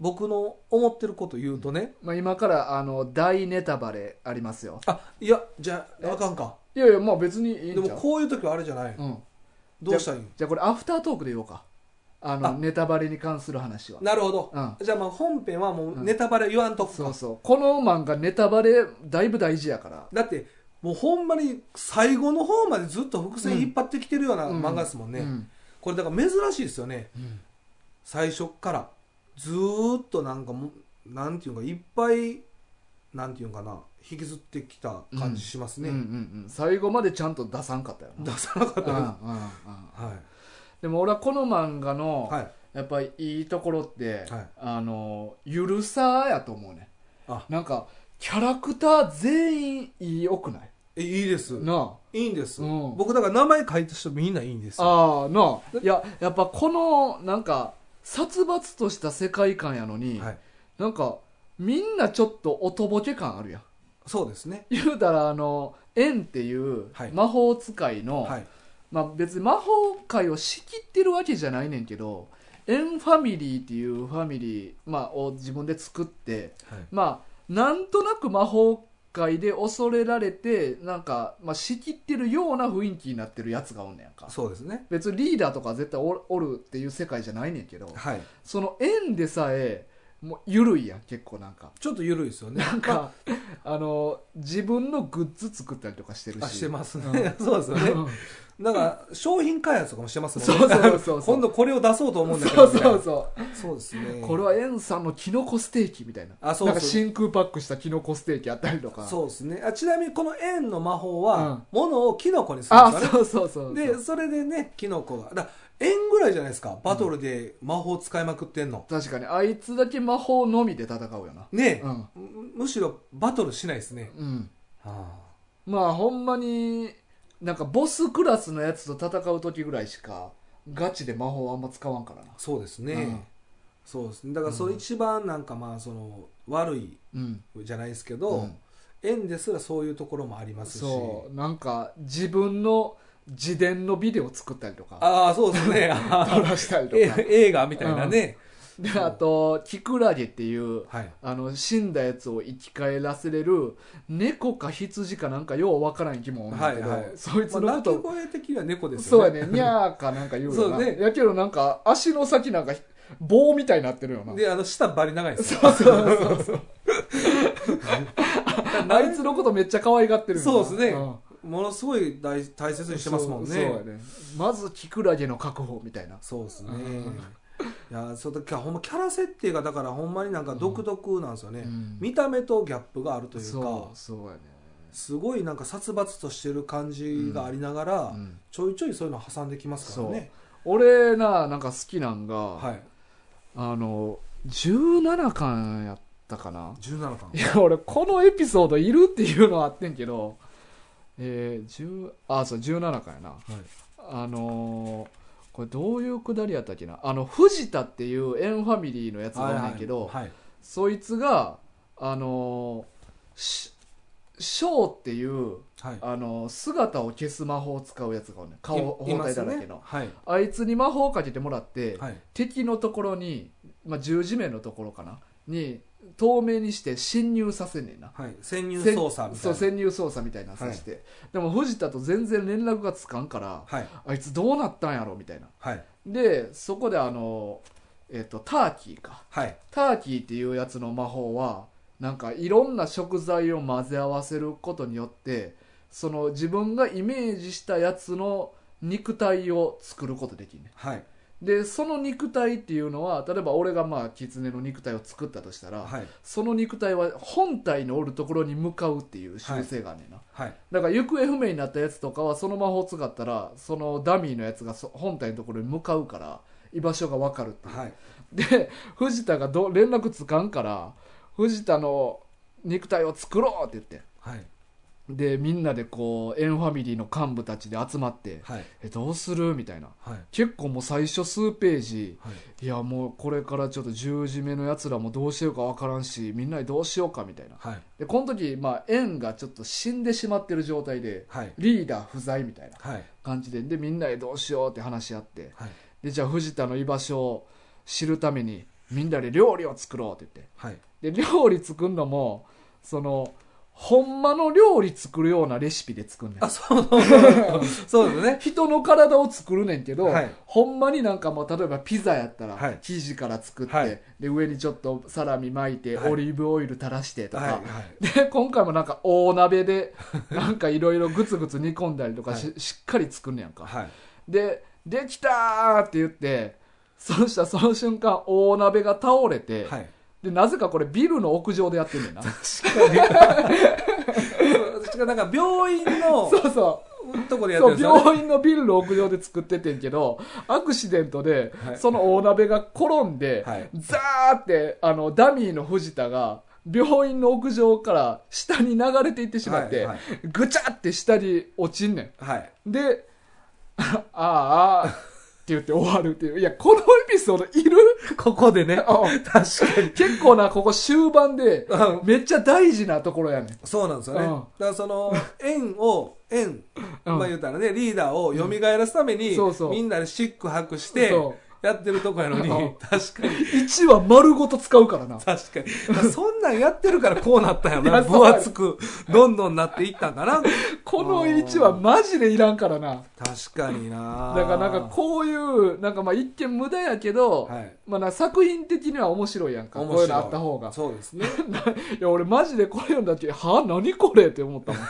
Speaker 2: 僕の思ってること言うとね、
Speaker 1: まあ、今からあの大ネタバレありますよ
Speaker 2: あいやじゃ
Speaker 1: え
Speaker 2: ああかんか
Speaker 1: いやいやまあ別にいい
Speaker 2: で
Speaker 1: ん
Speaker 2: も
Speaker 1: ちゃう
Speaker 2: こういう時はあれじゃない、
Speaker 1: うん、
Speaker 2: どうしたらいいの
Speaker 1: じゃあこれアフタートークで言おうかあの
Speaker 2: あ
Speaker 1: ネタバレに関する話は
Speaker 2: なるほど、
Speaker 1: うん
Speaker 2: じゃあまあ本編はも
Speaker 1: う
Speaker 2: うんネタバレ言わんとくか、
Speaker 1: そうそうこの漫画ネタバレだいぶ大事やから
Speaker 2: だってもうほんまに最後の方までずっと伏線引っ張ってきてるような漫画ですもんね、
Speaker 1: うん
Speaker 2: これだから珍しいですよね最初っからずーっとなんかもうなんていうかいっぱいなんていうかな引きずってきた感じします
Speaker 1: うんう
Speaker 2: ね、
Speaker 1: んうん最後までちゃんと出さんかったよな
Speaker 2: 出さなかったです
Speaker 1: うんうんうん
Speaker 2: は
Speaker 1: でも俺はこの漫画の、
Speaker 2: い、はい、
Speaker 1: やっぱりいいところって、
Speaker 2: はい
Speaker 1: あのゆるさやと思うね
Speaker 2: あ
Speaker 1: なんかキャラクター全員いいよくない
Speaker 2: えいいです
Speaker 1: なあ
Speaker 2: いいんです、
Speaker 1: うん
Speaker 2: 僕だから名前書いた人みんないいんですよ
Speaker 1: ああなあいややっぱこのなんか殺伐とした世界観やのに、
Speaker 2: はい
Speaker 1: なんかみんなちょっとおとぼけ感あるやん
Speaker 2: そうですね
Speaker 1: 言うたらあのエンっていう
Speaker 2: はい
Speaker 1: 魔法使いの、
Speaker 2: はい
Speaker 1: まあ、別に魔法界を仕切ってるわけじゃないねんけどエンファミリーっていうファミリー、まあ、を自分で作って
Speaker 2: はい
Speaker 1: まあなんとなく魔法界で恐れられてなんか、まあ、仕切ってるような雰囲気になってるやつがおんねやんか
Speaker 2: そうですね
Speaker 1: 別にリーダーとか絶対おおるっていう世界じゃないねんけど
Speaker 2: はい
Speaker 1: その縁でさえもう緩いやん結構なんか
Speaker 2: ちょっと緩いですよね
Speaker 1: なんか、あの自分のグッズ作ったりとかしてるし
Speaker 2: あ してますね、そうですよ
Speaker 1: う
Speaker 2: ね
Speaker 1: ん
Speaker 2: だから商品開発とかもしてますもん
Speaker 1: そうそうそうそう
Speaker 2: 今度これを出そうと思うんだけ
Speaker 1: そう
Speaker 2: ど
Speaker 1: そう
Speaker 2: う
Speaker 1: そ
Speaker 2: そうです
Speaker 1: う
Speaker 2: ね
Speaker 1: これはエンさんのキノコステーキみたいな
Speaker 2: あそうそ
Speaker 1: なん
Speaker 2: う
Speaker 1: か真空パックしたキノコステーキあったりとか
Speaker 2: そうですねあちなみにこの円の魔法
Speaker 1: う
Speaker 2: は
Speaker 1: ん
Speaker 2: ものをキノコにするん
Speaker 1: あ
Speaker 2: ですよね
Speaker 1: そうそうそう
Speaker 2: でそれでねキノコがだから円ぐらいじゃないですかバトルで魔法使いまくってんの、
Speaker 1: 確かにあいつだけ魔法のみで戦うよな
Speaker 2: ねえ、
Speaker 1: うん
Speaker 2: むむしろバトルしないですね、
Speaker 1: うん
Speaker 2: あ
Speaker 1: まあほんまになんかボスクラスのやつと戦う時ぐらいしかガチで魔法あんま使わんからな
Speaker 2: あそうですね、
Speaker 1: うん
Speaker 2: そうですねだからそれ一番なんかまあその悪い
Speaker 1: うん
Speaker 2: じゃないですけど、
Speaker 1: うん
Speaker 2: 円ですらそういうところもありますし
Speaker 1: そうなんか自分の自伝のビデオ作ったりとか
Speaker 2: ああ そうですね
Speaker 1: 撮らしたりと
Speaker 2: え
Speaker 1: か
Speaker 2: 映画みたいなね、
Speaker 1: であとキクラゲっていう
Speaker 2: はい
Speaker 1: あの死んだやつを生き返らせれる猫か羊かなんかようわからん生き物なんだけど、
Speaker 2: はいはい
Speaker 1: そいつ
Speaker 2: まあ、
Speaker 1: のこ
Speaker 2: 鳴き
Speaker 1: と、
Speaker 2: 声的には猫です
Speaker 1: そう
Speaker 2: よね
Speaker 1: やねにゃーかなんか言うよな
Speaker 2: そうね
Speaker 1: やけどなんか足の先なんか棒みたいになってるよな
Speaker 2: であの舌バリ長いですよ
Speaker 1: そうそうそう そうあいつのことめっちゃ可愛がってるよな
Speaker 2: そうです
Speaker 1: ん
Speaker 2: ねものすごい大大切にしてますもんね
Speaker 1: そうそうやねまずキクラゲの確保みたいな
Speaker 2: そうですね
Speaker 1: うん。
Speaker 2: いやそうだからほんまキャラ設定がだからほんまになんか独特なんですよね、
Speaker 1: うん
Speaker 2: 見た目とギャップがあるというか
Speaker 1: そうそうやね
Speaker 2: すごいなんか殺伐としてる感じがありながら、
Speaker 1: うん
Speaker 2: ちょいちょいそういうの挟んできますからね
Speaker 1: 俺ななんか好きなんが、
Speaker 2: はい
Speaker 1: あの17巻やったかな
Speaker 2: 17巻
Speaker 1: いや俺このエピソードいるっていうのはあってんけどえー、10あそう17巻やなあのーこれどういうくだりやったっけなあの藤田っていうエンファミリーのやつがおんねんけど、
Speaker 2: はいはい
Speaker 1: そいつがあのーし翔っていう、
Speaker 2: はい
Speaker 1: あのー姿を消す魔法を使うやつがおんねん顔
Speaker 2: いい
Speaker 1: 包
Speaker 2: ま
Speaker 1: 帯
Speaker 2: す
Speaker 1: だら
Speaker 2: ね
Speaker 1: けの、
Speaker 2: はい
Speaker 1: あいつに魔法をかけてもらって、
Speaker 2: はい
Speaker 1: 敵のところに、まあ、十字面のところかなに透明にして侵入させんねんな
Speaker 2: はい潜入捜査みた
Speaker 1: そ
Speaker 2: いうな
Speaker 1: 潜入操作みたいなのさして、でも藤田と全然連絡がつかんから
Speaker 2: はい
Speaker 1: あいつどうなったんやろみたいな
Speaker 2: はい
Speaker 1: でそこであのえっとターキーか
Speaker 2: はい
Speaker 1: ターキーっていうやつの魔法はなんかいろんな食材を混ぜ合わせることによってその自分がイメージしたやつの肉体を作ることできんね
Speaker 2: はい
Speaker 1: でその肉体っていうのは例えば俺がまあ狐の肉体を作ったとしたら、
Speaker 2: はい
Speaker 1: その肉体は本体のおるところに向かうっていう習性があんねんな、
Speaker 2: はい
Speaker 1: だから行方不明になったやつとかはその魔法使ったらそのダミーのやつがそ本体のところに向かうから居場所が分かるっていう、
Speaker 2: はい
Speaker 1: で藤田がど連絡つかんから藤田の肉体を作ろうって言って
Speaker 2: はい
Speaker 1: でみんなでこうエンファミリーの幹部たちで集まって、
Speaker 2: はい
Speaker 1: えどうするみたいな
Speaker 2: はい
Speaker 1: 結構もう最初数ページ
Speaker 2: はい
Speaker 1: いやもうこれからちょっと十字目のやつらもどうしようか分からんしみんなでどうしようかみたいな
Speaker 2: はい
Speaker 1: でこの時まあ円がちょっと死んでしまってる状態で
Speaker 2: はい
Speaker 1: リーダー不在みたいな
Speaker 2: はい
Speaker 1: 感じででみんなでどうしようって話し合って
Speaker 2: はい
Speaker 1: でじゃあ藤田の居場所を知るためにみんなで料理を作ろうって言
Speaker 2: はい
Speaker 1: ってで料理作るのもそのほんまの料理作るようなレシピで作んねん
Speaker 2: あそうそう そうそうですね
Speaker 1: 人の体を作るねんけど、
Speaker 2: はい
Speaker 1: ほんまになんかもう例えばピザやったら、
Speaker 2: はい
Speaker 1: 生地から作って、
Speaker 2: はい
Speaker 1: で上にちょっとサラミ巻いて、
Speaker 2: はい
Speaker 1: オリーブオイル垂らしてとか、
Speaker 2: はいはい
Speaker 1: で今回もなんか大鍋でなんかいろいろグツグツ煮込んだりとかし,、しっかり作んねやんか、
Speaker 2: はい
Speaker 1: で「できたー!」って言ってそしたらその瞬間大鍋が倒れて、
Speaker 2: はい
Speaker 1: でなぜかこれビルの屋上でやってんね んな
Speaker 2: しかもなんか病院の
Speaker 1: そうそう
Speaker 2: とこでやって
Speaker 1: そ
Speaker 2: る
Speaker 1: う
Speaker 2: んですよ、ね、
Speaker 1: 病院のビルの屋上で作っててんけどアクシデントで、
Speaker 2: はい
Speaker 1: その大鍋が転んで、
Speaker 2: はい
Speaker 1: ザーってあのダミーの藤田が病院の屋上から下に流れていってしまって、
Speaker 2: はい
Speaker 1: ぐちゃって下に落ちんね
Speaker 2: はい
Speaker 1: んで 「あああ」って言って終わるっていういやこのエピソードいる
Speaker 2: ここでね
Speaker 1: あ
Speaker 2: 確かに
Speaker 1: 結構なここ終盤で
Speaker 2: う
Speaker 1: めっちゃ大事なところやねん
Speaker 2: そうなんですよね、
Speaker 1: うん
Speaker 2: だからその 縁を縁、
Speaker 1: うん
Speaker 2: まあ言うたらねリーダーを蘇らすために、
Speaker 1: そうそう
Speaker 2: みんなでシックハクして
Speaker 1: そ
Speaker 2: やってるとこやのに
Speaker 1: うん
Speaker 2: 確かに
Speaker 1: 1話丸ごと使うからな
Speaker 2: 確かにまあそんなんやってるからこうなったんや
Speaker 1: い
Speaker 2: な
Speaker 1: やそう
Speaker 2: 分厚くどんどんなっていったんかな
Speaker 1: この1話マジでいらんからな
Speaker 2: 確かにな
Speaker 1: だからなんかこういうなんかまあ一見無駄やけど、
Speaker 2: はい
Speaker 1: まあ、な作品的には面白いやんかこういうのあった方が
Speaker 2: そうですね
Speaker 1: いや俺マジでこれ読んだ時はあ何これって思ったもん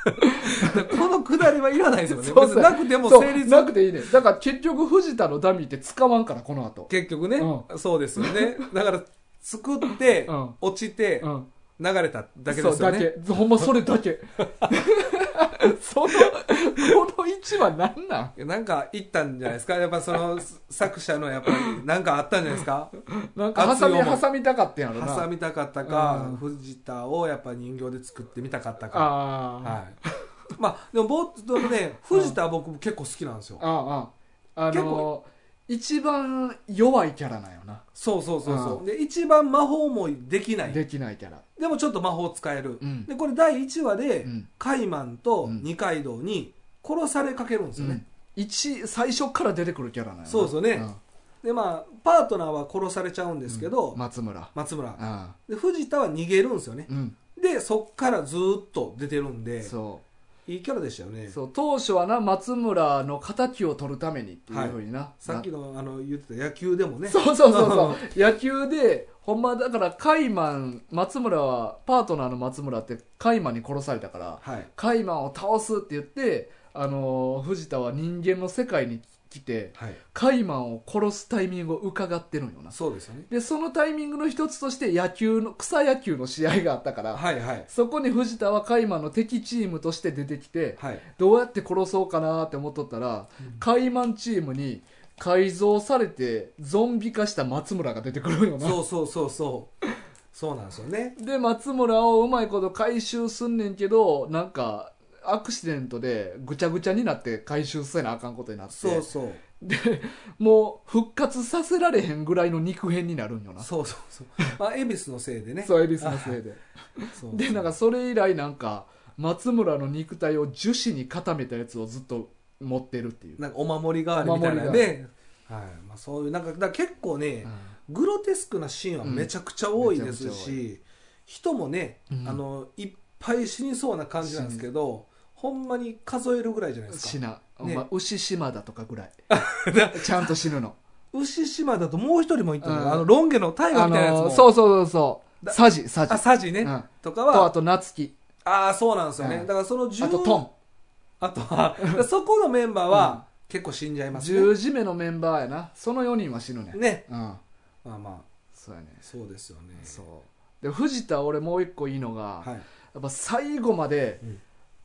Speaker 2: このくだりはいらないですよね
Speaker 1: そうそう
Speaker 2: 別になくても
Speaker 1: そう
Speaker 2: 成立
Speaker 1: なくていいねだから結局藤田のダミーって使わんからこの後
Speaker 2: 結局ね、
Speaker 1: う
Speaker 2: そうですよねだから作って、
Speaker 1: うん
Speaker 2: 落ちて、
Speaker 1: うん
Speaker 2: 流れただけですよね
Speaker 1: そうだけほんまそれだ けそのこの1話何なん
Speaker 2: なんかいったんじゃないですかやっぱその作者のやっぱりなんかあったんじゃないですか
Speaker 1: なんかハサミ
Speaker 2: 熱い思い
Speaker 1: 挟みたかったんやろな
Speaker 2: 挟みたかったか、
Speaker 1: うん
Speaker 2: 藤田をやっぱ人形で作ってみたかったか
Speaker 1: あー、
Speaker 2: はいまあでもぼっとね藤田は僕結構好きなんですよ
Speaker 1: ああああ
Speaker 2: 結
Speaker 1: の一番弱いキャラなんよな
Speaker 2: そうそうそうそうで一番魔法もできない
Speaker 1: できないキャラ
Speaker 2: でもちょっと魔法使える、
Speaker 1: うん
Speaker 2: でこれ第1話で、
Speaker 1: うん
Speaker 2: カイマンと
Speaker 1: うん
Speaker 2: 二階堂に殺されかけるんですよね、
Speaker 1: 一最初から出てくるキャラなんよな
Speaker 2: そうですよねでまあパートナーは殺されちゃうん
Speaker 1: ん
Speaker 2: ですけど、
Speaker 1: うん松村
Speaker 2: 松村
Speaker 1: あ
Speaker 2: で藤田は逃げるんですよね
Speaker 1: あうん
Speaker 2: でそっからずーっと出てるんで
Speaker 1: そう
Speaker 2: いいキャラでしたよね
Speaker 1: そう当初はな松村の敵を取るためにっていうふうにな、
Speaker 2: さっき
Speaker 1: の
Speaker 2: のあの言ってた野球でもね
Speaker 1: そうそうそうそう野球でほんまだからカイマン松村はパートナーの松村ってカイマンに殺されたから
Speaker 2: はい
Speaker 1: カイマンを倒すって言ってあのー藤田は人間の世界に来て
Speaker 2: はい
Speaker 1: カイマンを殺すタイミングを伺ってるんよな
Speaker 2: そうですよね
Speaker 1: でそのタイミングの一つとして野球の草野球の試合があったから、
Speaker 2: はいはい
Speaker 1: そこに藤田はカイマンの敵チームとして出てきて
Speaker 2: はい
Speaker 1: どうやって殺そうかなって思っとったら、カイマンチームに改造されてゾンビ化した松村が出てくるんよな
Speaker 2: そうそうそうそうそうなんですよね
Speaker 1: で松村をうまいこと回収すんねんけどなんかアクシデントでぐちゃぐちゃになって回収せなあかんことになって
Speaker 2: そうそう
Speaker 1: でもう復活させられへんぐらいの肉片になるんよな
Speaker 2: そうそうそうまあ恵比寿のせいでね
Speaker 1: そう恵比寿のせいで
Speaker 2: そう
Speaker 1: でなんかそれ以来なんか松村の肉体を樹脂に固めたやつをずっと持ってるっていう、
Speaker 2: なんかお守り代わりみたいなねはいまあ、そういうなんかだから結構ね、グロテスクなシーンはめちゃくちゃ多いですし、
Speaker 1: うん
Speaker 2: 人もね、
Speaker 1: うん
Speaker 2: あのいっぱい死にそうな感じなんですけどほんまに数えるぐらいじゃないです
Speaker 1: 死
Speaker 2: か
Speaker 1: な、お
Speaker 2: ね
Speaker 1: 前牛島だとかぐ らいちゃんと死ぬの
Speaker 2: 牛島だともう一人もいたのよ、
Speaker 1: うん
Speaker 2: あのロン毛のタイガー
Speaker 1: あ
Speaker 2: みたいなやつ
Speaker 1: のー
Speaker 2: も、
Speaker 1: そうそうそうそう
Speaker 2: だ
Speaker 1: サジサジ
Speaker 2: あサジね、
Speaker 1: うん
Speaker 2: とか
Speaker 1: とあ
Speaker 2: は
Speaker 1: と夏樹
Speaker 2: ああそうなんですよね、
Speaker 1: うん
Speaker 2: だからその10
Speaker 1: あとトン
Speaker 2: あと はだからそこのメンバーは結構死んじゃいますね,、
Speaker 1: 十字目のメンバーやなその4人は死ぬね
Speaker 2: ね
Speaker 1: うん
Speaker 2: まあまあ
Speaker 1: そうやね
Speaker 2: そうですよね
Speaker 1: そうで藤田俺もう一個いいのが、
Speaker 2: はい、
Speaker 1: やっぱ最後まで
Speaker 2: うん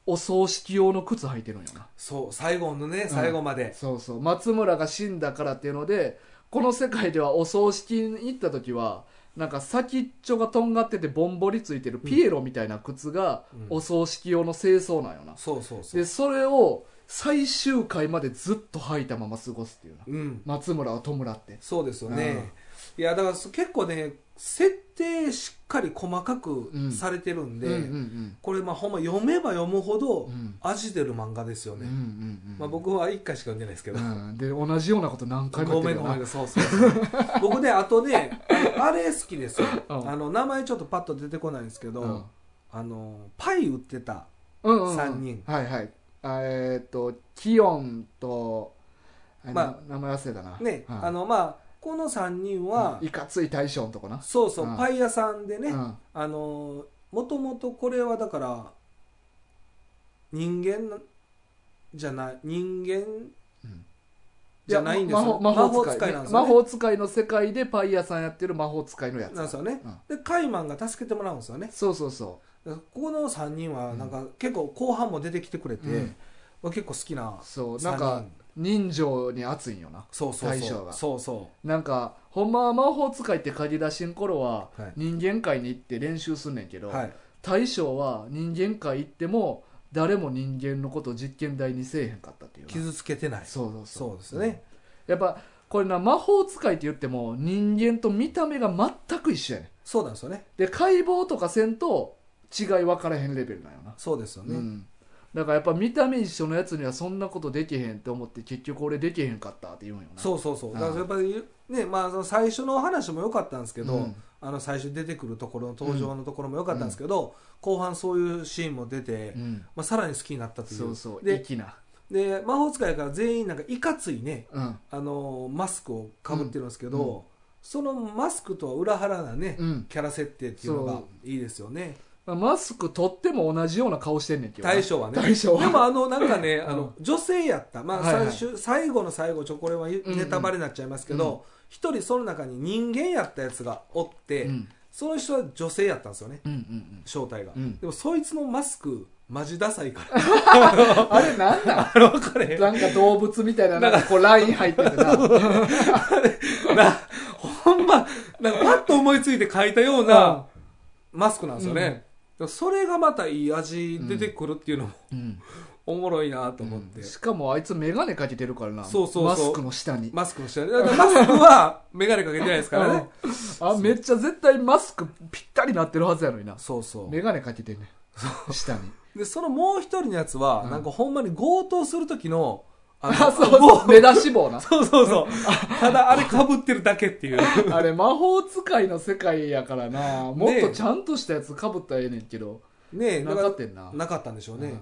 Speaker 1: お葬式用の靴履いてるんよな
Speaker 2: そう最後のね最後まで、
Speaker 1: そうそう松村が死んだからっていうのでこの世界ではお葬式に行った時はなんか先っちょがとんがっててぼんぼりついてるピエロみたいな靴が
Speaker 2: うん
Speaker 1: お葬式用の清掃なんよな、
Speaker 2: そうそうそう
Speaker 1: でそれを最終回までずっと履いたまま過ごすっていうな
Speaker 2: うん
Speaker 1: 松村は弔って
Speaker 2: そうですよね、いやだからそ結構ね設定しっかり細かく
Speaker 1: うん
Speaker 2: されてるんで、
Speaker 1: うんうんうん
Speaker 2: これまあほんま読めば読むほど
Speaker 1: うん
Speaker 2: 味出る漫画ですよ
Speaker 1: うん
Speaker 2: ね、
Speaker 1: うんうん
Speaker 2: まあ、僕は1回しか読んでないですけど、
Speaker 1: うん、で同じようなこと何回も
Speaker 2: ごめん
Speaker 1: よ
Speaker 2: ご
Speaker 1: な
Speaker 2: めんそうそうそう 僕ねあとねあのあれ好きですよ、
Speaker 1: うん
Speaker 2: あの名前ちょっとパッと出てこないんですけど、
Speaker 1: うん
Speaker 2: あのパイ売ってた
Speaker 1: うんうんうん
Speaker 2: 三人
Speaker 1: はいはいあえっ、とキヨンとあ
Speaker 2: ま
Speaker 1: 名前忘れたな
Speaker 2: ね、
Speaker 1: はい
Speaker 2: あのまあこの3人は、
Speaker 1: いかつい大将のとこな
Speaker 2: そうそう、
Speaker 1: うん
Speaker 2: パイ屋さんでね、
Speaker 1: うん
Speaker 2: あのもともとこれはだから人間なじゃない人間
Speaker 1: うん
Speaker 2: じゃないんですよ、
Speaker 1: や魔法魔法
Speaker 2: 魔
Speaker 1: 使いね
Speaker 2: なんです
Speaker 1: 魔
Speaker 2: よね
Speaker 1: 法使いの世界でパイ屋さんやってる魔法使いのやつ
Speaker 2: なんですよね
Speaker 1: うん、
Speaker 2: でカイマンが助けてもらうんですよね
Speaker 1: そうそうそ
Speaker 2: ここの3人はなんか結構後半も出てきてくれて、
Speaker 1: うん
Speaker 2: 僕結構好きな
Speaker 1: うそうな
Speaker 2: 三
Speaker 1: ん
Speaker 2: 人
Speaker 1: か人情に熱いんよな
Speaker 2: そうそう
Speaker 1: 大
Speaker 2: そ
Speaker 1: 将
Speaker 2: う
Speaker 1: が
Speaker 2: そうそ
Speaker 1: なんかほんまは魔法使いって鍵出しん頃は
Speaker 2: はい
Speaker 1: 人間界に行って練習すんねんけ
Speaker 2: う
Speaker 1: ど、
Speaker 2: はい
Speaker 1: 大将は人間界行っても誰も人間のことを実験台にせえへんかったっていうな
Speaker 2: 傷つけてないそ
Speaker 1: そ
Speaker 2: う
Speaker 1: うそうそう
Speaker 2: ですね、
Speaker 1: やっぱこれな魔法使いって言っても人間と見た目が全く一緒やねん
Speaker 2: そうなんですよね
Speaker 1: で解剖とかせんと違い分からへんレベルなんよな、
Speaker 2: そうですよね、
Speaker 1: うんだからやっぱ見た目一緒のやつにはそんなことできへんって思って結局俺できへんかったって言うんよなう
Speaker 2: そうそうそううんだからやっぱりねまあその最初のお話も良かったんですけど、
Speaker 1: うん
Speaker 2: あの最初出てくるところの登場のところも良かったんですけど、後半そういうシーンも出て、
Speaker 1: ん、
Speaker 2: まあ、さらに好きになったという
Speaker 1: そうそう
Speaker 2: で
Speaker 1: 粋な
Speaker 2: で魔法使いから全員なんかいかついね
Speaker 1: うん
Speaker 2: あのマスクをかぶってるんですけど、
Speaker 1: うんう
Speaker 2: そのマスクとは裏腹なね、
Speaker 1: うん
Speaker 2: キャラ設定っていうのが
Speaker 1: そ
Speaker 2: いいですよね
Speaker 1: まあマスク取っても同じような顔してんねんけどな
Speaker 2: 大将はね
Speaker 1: 大将は
Speaker 2: でもあのなんかね、
Speaker 1: うん
Speaker 2: あの女性やった、まあ
Speaker 1: はいはい
Speaker 2: 最終最後の最後ちょこれは
Speaker 1: んうん
Speaker 2: ネタバレになっちゃいますけ
Speaker 1: うん
Speaker 2: ど一、人その中に人間やったやつがおって、
Speaker 1: うん
Speaker 2: その人は女性やったんですよね
Speaker 1: うんうん
Speaker 2: 正体が、
Speaker 1: うん
Speaker 2: でもそいつのマスクマジダサいから
Speaker 1: うん、あれなんなん
Speaker 2: あの分かれへん
Speaker 1: なんか動物みたいななんかこうライン入ってて な
Speaker 2: なほんまなんかパッと思いついて書いたようなマスクなんですよね、でもそれがまたいい味出てくるっていうのも、
Speaker 1: うん
Speaker 2: おもろいなと思って、
Speaker 1: しかもあいつ眼鏡かけてるからな
Speaker 2: そうそうそう
Speaker 1: マスクの下に、
Speaker 2: マスクもしてないだからマスクは眼鏡かけてないですからね
Speaker 1: あめっちゃ絶対マスクぴったりなってるはずやのにな
Speaker 2: そうそう
Speaker 1: 眼鏡かけてんねん下に
Speaker 2: でそのもう一人のやつは、
Speaker 1: うん
Speaker 2: なんかほんまに強盗する時のあ
Speaker 1: あそう
Speaker 2: も
Speaker 1: そう目出し帽な
Speaker 2: そうそうそうただあれかぶってるだけっ ていう
Speaker 1: あれ魔法使いの世界やからなもっとちゃんとしたやつかぶったらええねんけど、
Speaker 2: ねえ
Speaker 1: な
Speaker 2: だか
Speaker 1: からってんな
Speaker 2: なかったんでしょうね、
Speaker 1: うん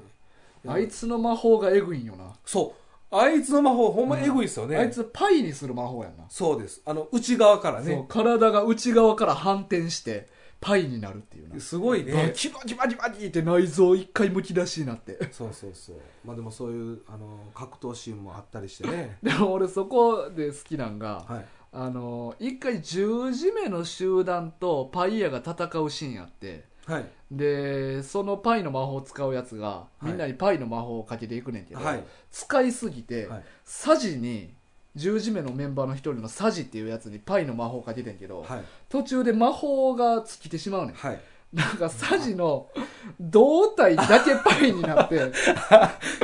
Speaker 1: あいつの魔法がエグいんよな、
Speaker 2: そうあいつの魔法ほんまエグいですよね、
Speaker 1: あいつパイにする魔法やんな、
Speaker 2: そうですあの内側から
Speaker 1: そう
Speaker 2: ね
Speaker 1: 体が内側から反転してパイになるっていうな、
Speaker 2: すごい
Speaker 1: バ
Speaker 2: ね
Speaker 1: キバキバキバキって内臓一回むき出しになって
Speaker 2: そうそうそうまあでもそういうあの格闘シーンもあったりし てね
Speaker 1: でも俺そこで好きなんが、
Speaker 2: はい
Speaker 1: あの一回十字目の集団とパイヤが戦うシーンあって
Speaker 2: はい
Speaker 1: でそのパイの魔法を使うやつが
Speaker 2: い
Speaker 1: みんなにパイの魔法をかけていくねんけど、
Speaker 2: はい
Speaker 1: 使いすぎて、
Speaker 2: はい
Speaker 1: サジに十字目のメンバーの一人のサジっていうやつにパイの魔法をかけてんけど、
Speaker 2: はい
Speaker 1: 途中で魔法が尽きてしまうねん
Speaker 2: はい
Speaker 1: なんかサジの胴体だけパイになって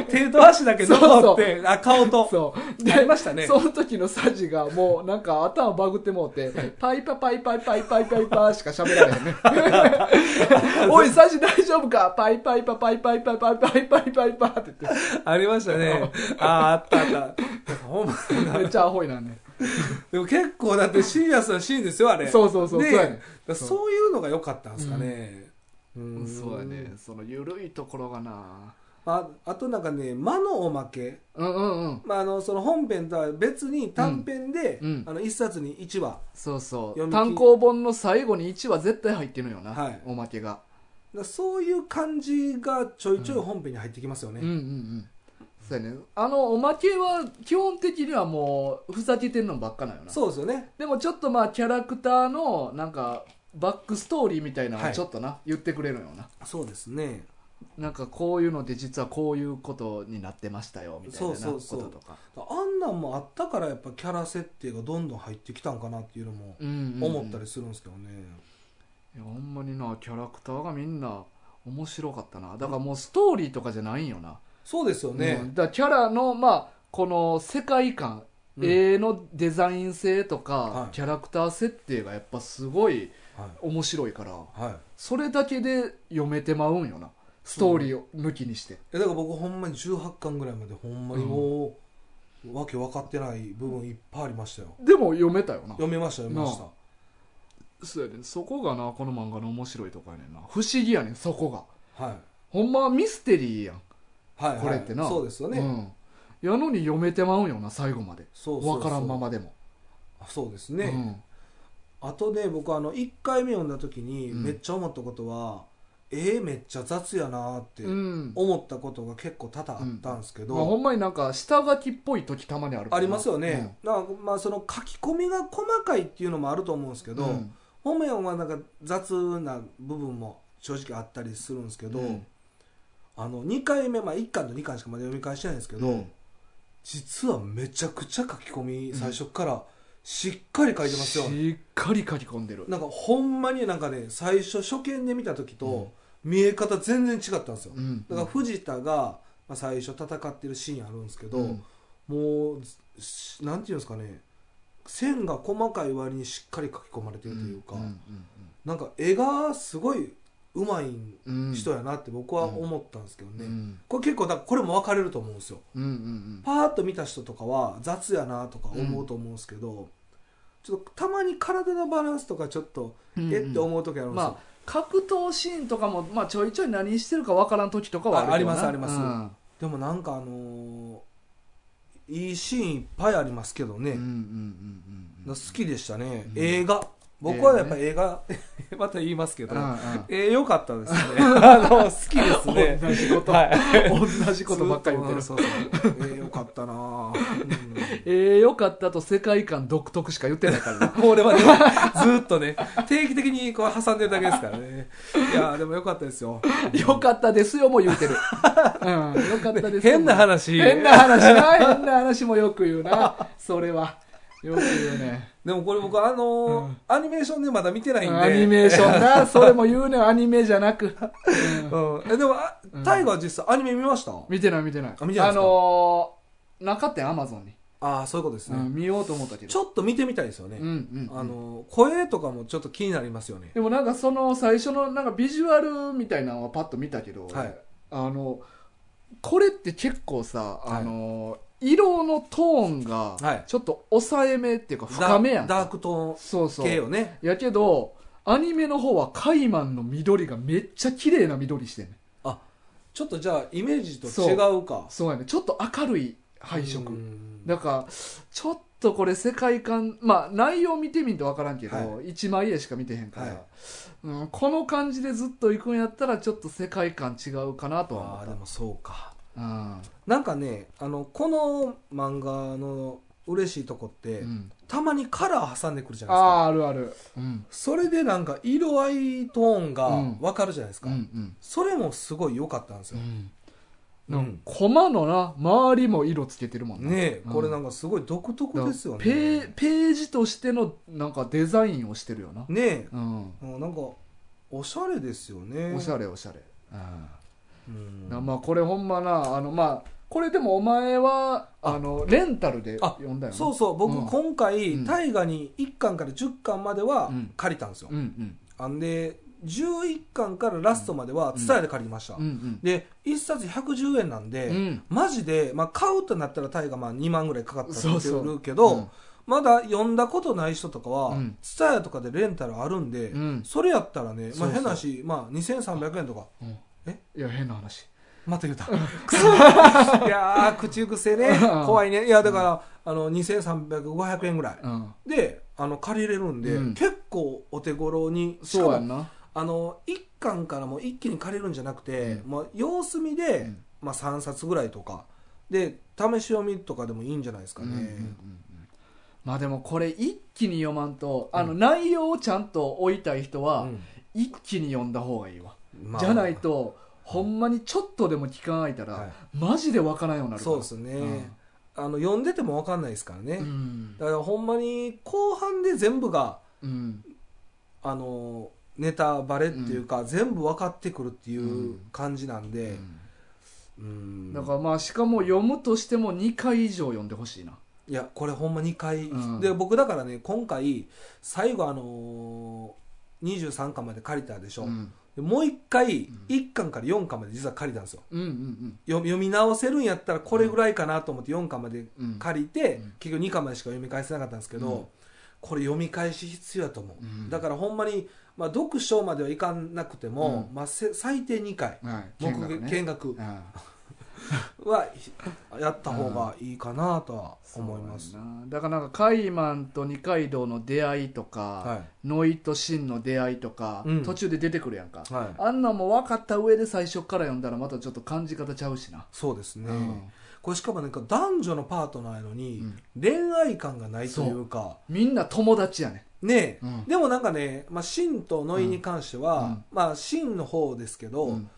Speaker 2: 手と足だけ 残ってあ顔と
Speaker 1: そう
Speaker 2: ありましたね
Speaker 1: その時のサジがもうなんか頭バグってもうて、パイパパイパイパイパイパイパーしか喋られへんね。おい、サジ大丈夫かパイパイパパイパイパイパイパイパイパイパイって言っ
Speaker 2: ありましたねあああったあったほんま
Speaker 1: て、めっちゃアホいなんね。
Speaker 2: でも結構だってシリアスなシーンですよあれ
Speaker 1: そうそうそう
Speaker 2: ね
Speaker 1: そうやねん
Speaker 2: だからそういうのが良かったんですかねうん
Speaker 1: そうやね。そのゆるいところがな
Speaker 2: ああとなんかね魔のおまけ
Speaker 1: うんうんうん。
Speaker 2: まああのその本編とは別に短編で
Speaker 1: うんうん
Speaker 2: あの一冊に一話だか
Speaker 1: そうそ
Speaker 2: 読
Speaker 1: う。
Speaker 2: み切
Speaker 1: 単行本の最後に1話絶対入ってるよな。
Speaker 2: はい
Speaker 1: おまけが。
Speaker 2: らそういう感じがちょいちょい本編に入ってきますよ
Speaker 1: うんうん
Speaker 2: ね
Speaker 1: うん。そうやね。あの、おまけは基本的にはもう、ふざけてんのばっかなんよな。
Speaker 2: そうですよね
Speaker 1: でもちょっとまあキャラクターのなんかバックストーリーみたいなの
Speaker 2: は
Speaker 1: を
Speaker 2: い
Speaker 1: ちょっとな、言ってくれるような
Speaker 2: そうですね
Speaker 1: なんかこういうので実はこういうことになってましたよみたいなな
Speaker 2: そう
Speaker 1: こ
Speaker 2: そうそう
Speaker 1: ととか
Speaker 2: あんなんもあったからやっぱキャラ設定がどんどん入ってきたんかなっていうのも思
Speaker 1: 思
Speaker 2: ったり
Speaker 1: い
Speaker 2: するんですけどね
Speaker 1: やほんまになキャラクターがみんな面白かったなだからもうストーリーとかじゃないんよな、
Speaker 2: そうですよ
Speaker 1: う
Speaker 2: ね
Speaker 1: んだからキャラのまあこの世界観、
Speaker 2: うん
Speaker 1: 絵のデザイン性とか、
Speaker 2: はい
Speaker 1: キャラクター設定がやっぱすごい
Speaker 2: は
Speaker 1: 面白いから
Speaker 2: いはい
Speaker 1: それだけで読めてまうんよなストーリーを抜きにして
Speaker 2: えだから僕ほんまに18巻ぐらいまでほんまにもう、わけ分かってない部分いっぱいありましたよ
Speaker 1: でも読めたよな
Speaker 2: 読めました読めました
Speaker 1: そうやねんそこがなこの漫画の面白いとこやねんな不思議やねんそこが
Speaker 2: はい
Speaker 1: ほんまはミステリーやん
Speaker 2: はい、はい、
Speaker 1: これってな
Speaker 2: そうですよね、
Speaker 1: うん、やのに読めてまうんよな最後まで
Speaker 2: そうそうそう
Speaker 1: 分からんままでも
Speaker 2: あそうですね、あとね僕あの1回目読んだ時に
Speaker 1: うん
Speaker 2: めっちゃ思ったことは、えーめっちゃ雑やなーって
Speaker 1: うん、うん
Speaker 2: 思ったことが結構多々あったんですけど、
Speaker 1: まあ、ほんまになんか下書きっぽい時たまにあるからな
Speaker 2: ありますよね、なんかまあその書き込みが細かいっていうのもあると思うんですけ
Speaker 1: うん
Speaker 2: ど、
Speaker 1: うん
Speaker 2: 本面はなんか雑な部分も正直あったりするんですけど、
Speaker 1: うん
Speaker 2: あの2回目、まあ、1巻と2巻しかまだ読み返してないんですけど、
Speaker 1: うん
Speaker 2: 実はめちゃくちゃ書き込み最初からしっかり書いてますよ、
Speaker 1: しっかり書き込んでる
Speaker 2: なんかほんまになんかね最初初見で見た時と見え方全然違ったんですよ、
Speaker 1: うん
Speaker 2: だから藤田がまあ最初戦ってるシーンあるんですけど、
Speaker 1: うん
Speaker 2: もうしなんていうんですかね線が細かい割にしっかり書き込まれてるというか、
Speaker 1: んんん
Speaker 2: なんか絵がすごいうまい
Speaker 1: うん
Speaker 2: 人やなって僕は思ったんですけど
Speaker 1: う
Speaker 2: ね、
Speaker 1: ん
Speaker 2: これ結構だからこれも分かれると思うんですよ
Speaker 1: うんうん
Speaker 2: パーッと見た人とかは雑やなとか思うと思うんですけど、ちょっとたまに体のバランスとかちょっと、
Speaker 1: うん
Speaker 2: えって思う時あるんですよ、
Speaker 1: まあ格闘シーンとかも、まあ、ちょいちょい何してるかわからん時とかはあるけどな
Speaker 2: あありますあり
Speaker 1: うん
Speaker 2: でもなんかあのーいいシーンいっぱいありますけどね、
Speaker 1: うんうんうんうん
Speaker 2: 好きでしたね、
Speaker 1: うん
Speaker 2: 映画僕はやっぱ映画、 また言いますけど、
Speaker 1: うんうん
Speaker 2: えー、良かった ですねあの好きですね
Speaker 1: 同じこと、
Speaker 2: はい
Speaker 1: 同じことばっかり言ってる
Speaker 2: ずとそうそうえー、良かったなぁ、うん
Speaker 1: ええよかったと世界観独特しか言ってない からな
Speaker 2: これはね、ずっとね、定期的にこう挟んでるだけですからね。いやーでも良かったですよ。
Speaker 1: よかったですよも言うてる、うん、よかったですよ
Speaker 2: 変な話。
Speaker 1: 変な話な変な話もよく言うなそれはよく言うね
Speaker 2: でもこれ僕あのー
Speaker 1: うん
Speaker 2: アニメーションでまだ見てないんで。
Speaker 1: アニメーションなそれも言うねアニメじゃ なく、うん
Speaker 2: うん。え、でも、あタイガー実際アニメ見ました、
Speaker 1: 見てない見てない
Speaker 2: あ見てないん
Speaker 1: あ
Speaker 2: ですか
Speaker 1: のーなかったよアマゾンに、
Speaker 2: ああ、そういうことです
Speaker 1: う
Speaker 2: ね、
Speaker 1: ん、見ようと思ったけど
Speaker 2: ちょっと見てみたいですよね。
Speaker 1: うんうん、
Speaker 2: あのー声とかもちょっと気になりますよね。
Speaker 1: でもなんかその最初のなんかビジュアルみたいなのはパッと見たけど、
Speaker 2: はい
Speaker 1: あのこれって結構さ、
Speaker 2: はい
Speaker 1: あの色のトーン
Speaker 2: は
Speaker 1: が
Speaker 2: い
Speaker 1: ちょっと抑えめっていうか深めやん、
Speaker 2: ダダークト
Speaker 1: そう
Speaker 2: ー
Speaker 1: そ
Speaker 2: ン系
Speaker 1: う
Speaker 2: よね。
Speaker 1: やけどアニメの方はカイマンの緑がめっちゃ綺麗な緑してんね
Speaker 2: ちょっとじゃあイメージと
Speaker 1: そう
Speaker 2: 違うか。
Speaker 1: そうやねちょっと明るい配色
Speaker 2: うん
Speaker 1: だからちょっとこれ世界観まあ内容見てみんと分からんけど、
Speaker 2: は
Speaker 1: 一1枚絵しか見てへんから、
Speaker 2: はい
Speaker 1: うん、この感じでずっと行くんやったらちょっと世界観違うかなとは
Speaker 2: ああ、で
Speaker 1: 思っ
Speaker 2: もそうか。
Speaker 1: たうん
Speaker 2: なんかねあのこの漫画の嬉しいとこって、
Speaker 1: うん
Speaker 2: たまにカラー挟んでくるじゃ
Speaker 1: あ
Speaker 2: ないですか
Speaker 1: ああるあるうん
Speaker 2: それでなんか色合いトーンが
Speaker 1: うん
Speaker 2: わかるじゃないです
Speaker 1: う
Speaker 2: か、
Speaker 1: んうん
Speaker 2: それもすごい良かったんです
Speaker 1: う
Speaker 2: よ、
Speaker 1: ん
Speaker 2: うん
Speaker 1: なんか駒のな周りも色つけてるもんな
Speaker 2: ねえ
Speaker 1: うん
Speaker 2: これなんかすごい独特ですよね
Speaker 1: ペーページとしてのなんかデザインをしてるよな、
Speaker 2: ねえ
Speaker 1: うん、
Speaker 2: うんなんかおしゃれですよね
Speaker 1: おしゃれおしゃれ、うん
Speaker 2: うん
Speaker 1: なまあこれほんまなあのまあこれでもお前はあのレンタルで
Speaker 2: あ
Speaker 1: 読んだよね
Speaker 2: そうそう僕
Speaker 1: うん
Speaker 2: 今回、
Speaker 1: うん
Speaker 2: 大河に1巻から10巻までは
Speaker 1: うん
Speaker 2: 借りたんですよ、
Speaker 1: うん
Speaker 2: あんで11巻からラストまでは伝えで借りました、
Speaker 1: うんうん
Speaker 2: で1冊110円なんで、
Speaker 1: うんうん
Speaker 2: マジで、まあ、買うとなったらタイがまあ2万ぐらいかかったって
Speaker 1: そうそう
Speaker 2: 言うけど
Speaker 1: うん
Speaker 2: まだ読んだことない人とかは、
Speaker 1: うん
Speaker 2: ツタヤとかでレンタルあるんで、
Speaker 1: うん
Speaker 2: それやったらね、
Speaker 1: そうそ
Speaker 2: ま
Speaker 1: う
Speaker 2: あ、変なし、まあ、2300円とか
Speaker 1: いや変な話
Speaker 2: また言うたくそ いやー口癖ね
Speaker 1: うん
Speaker 2: 怖いねいやだから、あの2300500円ぐらい、
Speaker 1: うん
Speaker 2: であの借りれるんで、
Speaker 1: うん
Speaker 2: 結構お手頃にしか
Speaker 1: そうや
Speaker 2: も
Speaker 1: んな
Speaker 2: あの1巻からもう一気に借りるんじゃなくて、
Speaker 1: う
Speaker 2: まあ、様子見で、
Speaker 1: うん
Speaker 2: まあ、3冊ぐらいとかで試し読みとかでもいいんじゃないですかね、
Speaker 1: うんうんうんうんまあでもこれ一気に読まんとあの内容をちゃんと追いたい人は一気に読んだ方がいいわ、
Speaker 2: うんまあ
Speaker 1: じゃないとほんまにちょっとでも期間空いたら、
Speaker 2: はい
Speaker 1: マジでわからんようになるから
Speaker 2: そうですね、あの読んでても分かんないですからね、
Speaker 1: うん
Speaker 2: だからほんまに後半で全部が
Speaker 1: うん
Speaker 2: あのネタバレっていうか、全部分かってくるっていう感じなん
Speaker 1: う
Speaker 2: で、
Speaker 1: ん
Speaker 2: うん
Speaker 1: だからまあしかも読むとしても2回以上読んでほしいない
Speaker 2: やこれほんま2回、
Speaker 1: うん
Speaker 2: で僕だからね今回最後あのー、23巻まで借りたでしょ、
Speaker 1: うん
Speaker 2: でもう1回、
Speaker 1: ん
Speaker 2: 1巻から4巻まで実は借りたんですよ
Speaker 1: うんうん
Speaker 2: 読読み直せるんやったらこれぐらいかなと思って4巻まで
Speaker 1: うんうん
Speaker 2: 借りて、
Speaker 1: うん
Speaker 2: 結局2巻までしか読み返せなかったんですけど、
Speaker 1: うん
Speaker 2: これ読み返し必要やと思う、
Speaker 1: うん
Speaker 2: だからほんまに、まあ、読書まではいかなくても、
Speaker 1: う
Speaker 2: まあ、せ最低2回
Speaker 1: はい
Speaker 2: 目
Speaker 1: 見学
Speaker 2: 撃
Speaker 1: ね
Speaker 2: 見学
Speaker 1: うん
Speaker 2: はひやった方がいいかなとは思います、
Speaker 1: そうやなだからなんかカイマンと二階堂の出会いとか、
Speaker 2: は
Speaker 1: ノイとシンの出会いとか、
Speaker 2: うん
Speaker 1: 途中で出てくるやんか、
Speaker 2: い、はい、
Speaker 1: あんなんも分かった上で最初から読んだらまたちょっと感じ方ちゃうしな、
Speaker 2: そうですね、
Speaker 1: うん
Speaker 2: これしかもなんか男女のパートナーやのに、
Speaker 1: うん
Speaker 2: 恋愛感がないというか
Speaker 1: みんな友達やね
Speaker 2: ねえ、
Speaker 1: うん
Speaker 2: でもなんかね、まあ、シンとノイに関しては、
Speaker 1: うん
Speaker 2: まあシンの方ですけど、
Speaker 1: うん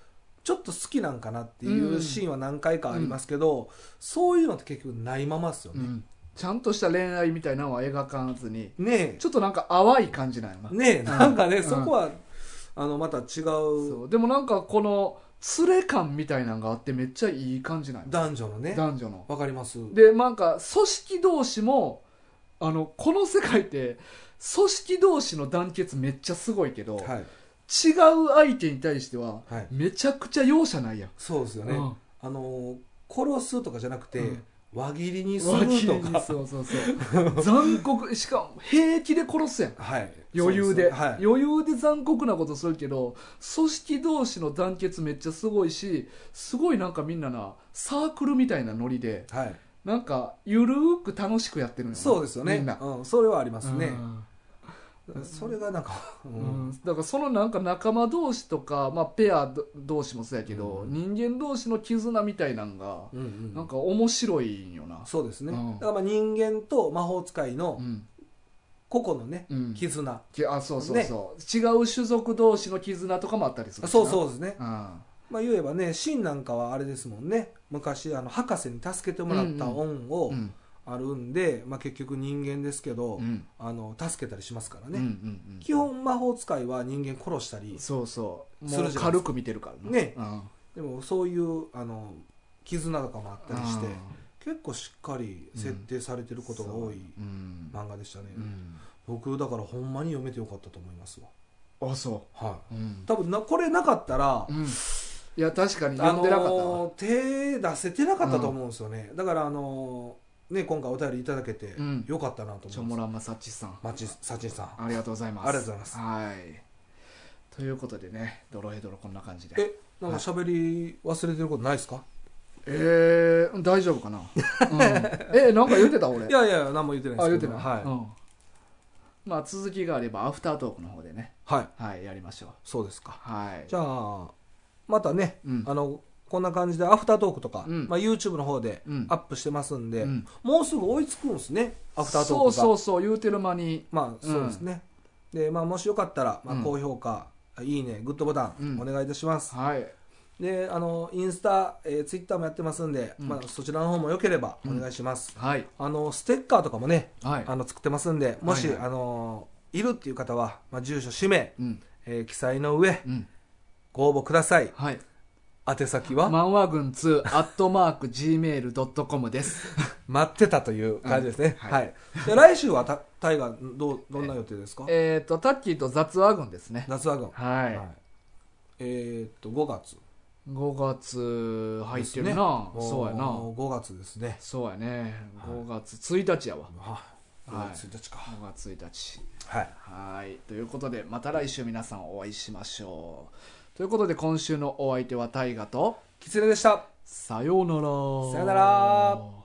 Speaker 2: ちょっと好きなんかなっていううんシーンは何回かありますけど、そういうのって結局ないままですよ
Speaker 1: う
Speaker 2: ね、
Speaker 1: んちゃんとした恋愛みたいなのは描かずに
Speaker 2: ね
Speaker 1: ちょっとなんか淡い感じなんやな、
Speaker 2: えねえなんかね、
Speaker 1: うん
Speaker 2: そこはあのまた違う
Speaker 1: そうでもなんかこの連れ感みたいなのがあってめっちゃいい感じなんや
Speaker 2: 男女のね
Speaker 1: 男女の
Speaker 2: わかります
Speaker 1: でなんか組織同士もあのこの世界って組織同士の団結めっちゃすごいけど、
Speaker 2: はい
Speaker 1: 違う相手に対しては
Speaker 2: はい、
Speaker 1: めちゃくちゃ容赦ないやん、
Speaker 2: そうですよね、
Speaker 1: うん
Speaker 2: あのー殺すとかじゃなくて、
Speaker 1: うん
Speaker 2: 輪切りにす
Speaker 1: わき
Speaker 2: る
Speaker 1: れ
Speaker 2: と
Speaker 1: いに
Speaker 2: か
Speaker 1: そうそうそう残酷しかも平気で殺すやん
Speaker 2: はい
Speaker 1: 余裕で
Speaker 2: そうすよねはい、
Speaker 1: 余裕で残酷なことするけど組織同士の団結めっちゃすごいしすごいなんかみんななサークルみたいなノリで
Speaker 2: はい、
Speaker 1: なんかゆるーく楽しくやってるのよな
Speaker 2: そうですよね
Speaker 1: みんな、
Speaker 2: うん、それはありますね、
Speaker 1: うん
Speaker 2: それがなんか、う
Speaker 1: うん
Speaker 2: ん
Speaker 1: だからそのなんか仲間同士とか、まあ、ペアど同士もそうやけど、
Speaker 2: うん
Speaker 1: 人間同士の絆みたいなんが
Speaker 2: うんうん
Speaker 1: なんか面白いんよな
Speaker 2: そうですね、
Speaker 1: うん
Speaker 2: だからまあ人間と魔法使いの
Speaker 1: ん、
Speaker 2: 個々のね、
Speaker 1: うん、
Speaker 2: 絆、
Speaker 1: きあそうそうそう、違う種族同士の絆とかもあったりするしな
Speaker 2: そうそうですね、
Speaker 1: うん
Speaker 2: まあ、言えばねシンなんかはあれですもんね昔あの博士に助けてもらった恩を
Speaker 1: うん
Speaker 2: あるんで、まあ、結局人間ですけど、
Speaker 1: うん
Speaker 2: あの助けたりしますから
Speaker 1: うんう
Speaker 2: ね、
Speaker 1: んうん
Speaker 2: 基本魔法使いは人間殺したり
Speaker 1: そうそう
Speaker 2: す
Speaker 1: もう
Speaker 2: るじゃないですか
Speaker 1: 軽く見てるから
Speaker 2: ね
Speaker 1: うん
Speaker 2: でもそういうあの絆とかもあったりして
Speaker 1: うん
Speaker 2: 結構しっかり設定されてることが多い
Speaker 1: そううん
Speaker 2: 漫画でしたね、
Speaker 1: うん
Speaker 2: 僕だからほんまに読めてよかったと思いますわ
Speaker 1: あそ
Speaker 2: は
Speaker 1: ううん
Speaker 2: い多分なこれなかったら、
Speaker 1: うんいや確かに
Speaker 2: あ
Speaker 1: 読ん
Speaker 2: の
Speaker 1: でなかったわ
Speaker 2: ー手出せてなかったと思うんですよね、だからあのーね今回お便りいただけて
Speaker 1: うん
Speaker 2: よかったなと
Speaker 1: チョ
Speaker 2: 思
Speaker 1: モ
Speaker 2: います、
Speaker 1: ランマサッチさん
Speaker 2: マチサチンさん
Speaker 1: ありがとうございます
Speaker 2: ありがとうございます
Speaker 1: はいということでねドロヘドロこんな感じで
Speaker 2: えなんか喋り忘れてることないですか、
Speaker 1: えー、大丈夫か な、うんえなんか言ってた俺
Speaker 2: い、やいや何も言ってないで
Speaker 1: あ
Speaker 2: す
Speaker 1: 言って
Speaker 2: けど
Speaker 1: ない、
Speaker 2: はい、
Speaker 1: うんまあ続きがあればアフタートークの方でね
Speaker 2: はい
Speaker 1: はいやりましょう
Speaker 2: そうですか
Speaker 1: はい
Speaker 2: じゃあまたね、
Speaker 1: うん
Speaker 2: あのこんな感じでアフタートークとか、
Speaker 1: うん
Speaker 2: まあ、YouTube の方で
Speaker 1: うん
Speaker 2: アップしてますんで、
Speaker 1: うん
Speaker 2: もうすぐ追いつくんですねアフタートーク
Speaker 1: そう
Speaker 2: が
Speaker 1: そうそう言うてる間に
Speaker 2: まあそうですね、でまあ、もしよかったら、まあ
Speaker 1: うん、
Speaker 2: 高評価、いいねグッドボタン、
Speaker 1: うん
Speaker 2: お願いいたします
Speaker 1: はい
Speaker 2: であのインスタ、えー、ツイッターもやってますんで、
Speaker 1: うん
Speaker 2: まあ、そちらの方もよければお願いします、
Speaker 1: はい
Speaker 2: あのステッカーとかもね
Speaker 1: はい
Speaker 2: あの作ってますんでもし、
Speaker 1: はいはい
Speaker 2: あのいるっていう方は、まあ、住所氏名、
Speaker 1: うん
Speaker 2: えー記載の上
Speaker 1: うん
Speaker 2: ご応募ください
Speaker 1: はい
Speaker 2: 宛先は、
Speaker 1: 漫画軍2アットマーク Gmail.com です
Speaker 2: 待ってたという感じですね、
Speaker 1: うんは
Speaker 2: はいいで来週はたタイガーどうどんな予定ですか
Speaker 1: えっとタッキーと雑話軍ですね
Speaker 2: 夏和軍
Speaker 1: はい、
Speaker 2: はいえーっと5月
Speaker 1: 5月入
Speaker 2: で
Speaker 1: っ
Speaker 2: す
Speaker 1: て
Speaker 2: ね
Speaker 1: るな、そうやな
Speaker 2: もう5月ですね
Speaker 1: そうやね
Speaker 2: はい
Speaker 1: 5月1日やわ
Speaker 2: はい
Speaker 1: はい
Speaker 2: 5月1日か
Speaker 1: 5月1日
Speaker 2: はい
Speaker 1: はいということでまた来週皆さんお会いしましょうということで今週のお相手は大ガと
Speaker 2: キツネでした
Speaker 1: さようなら
Speaker 2: さようなら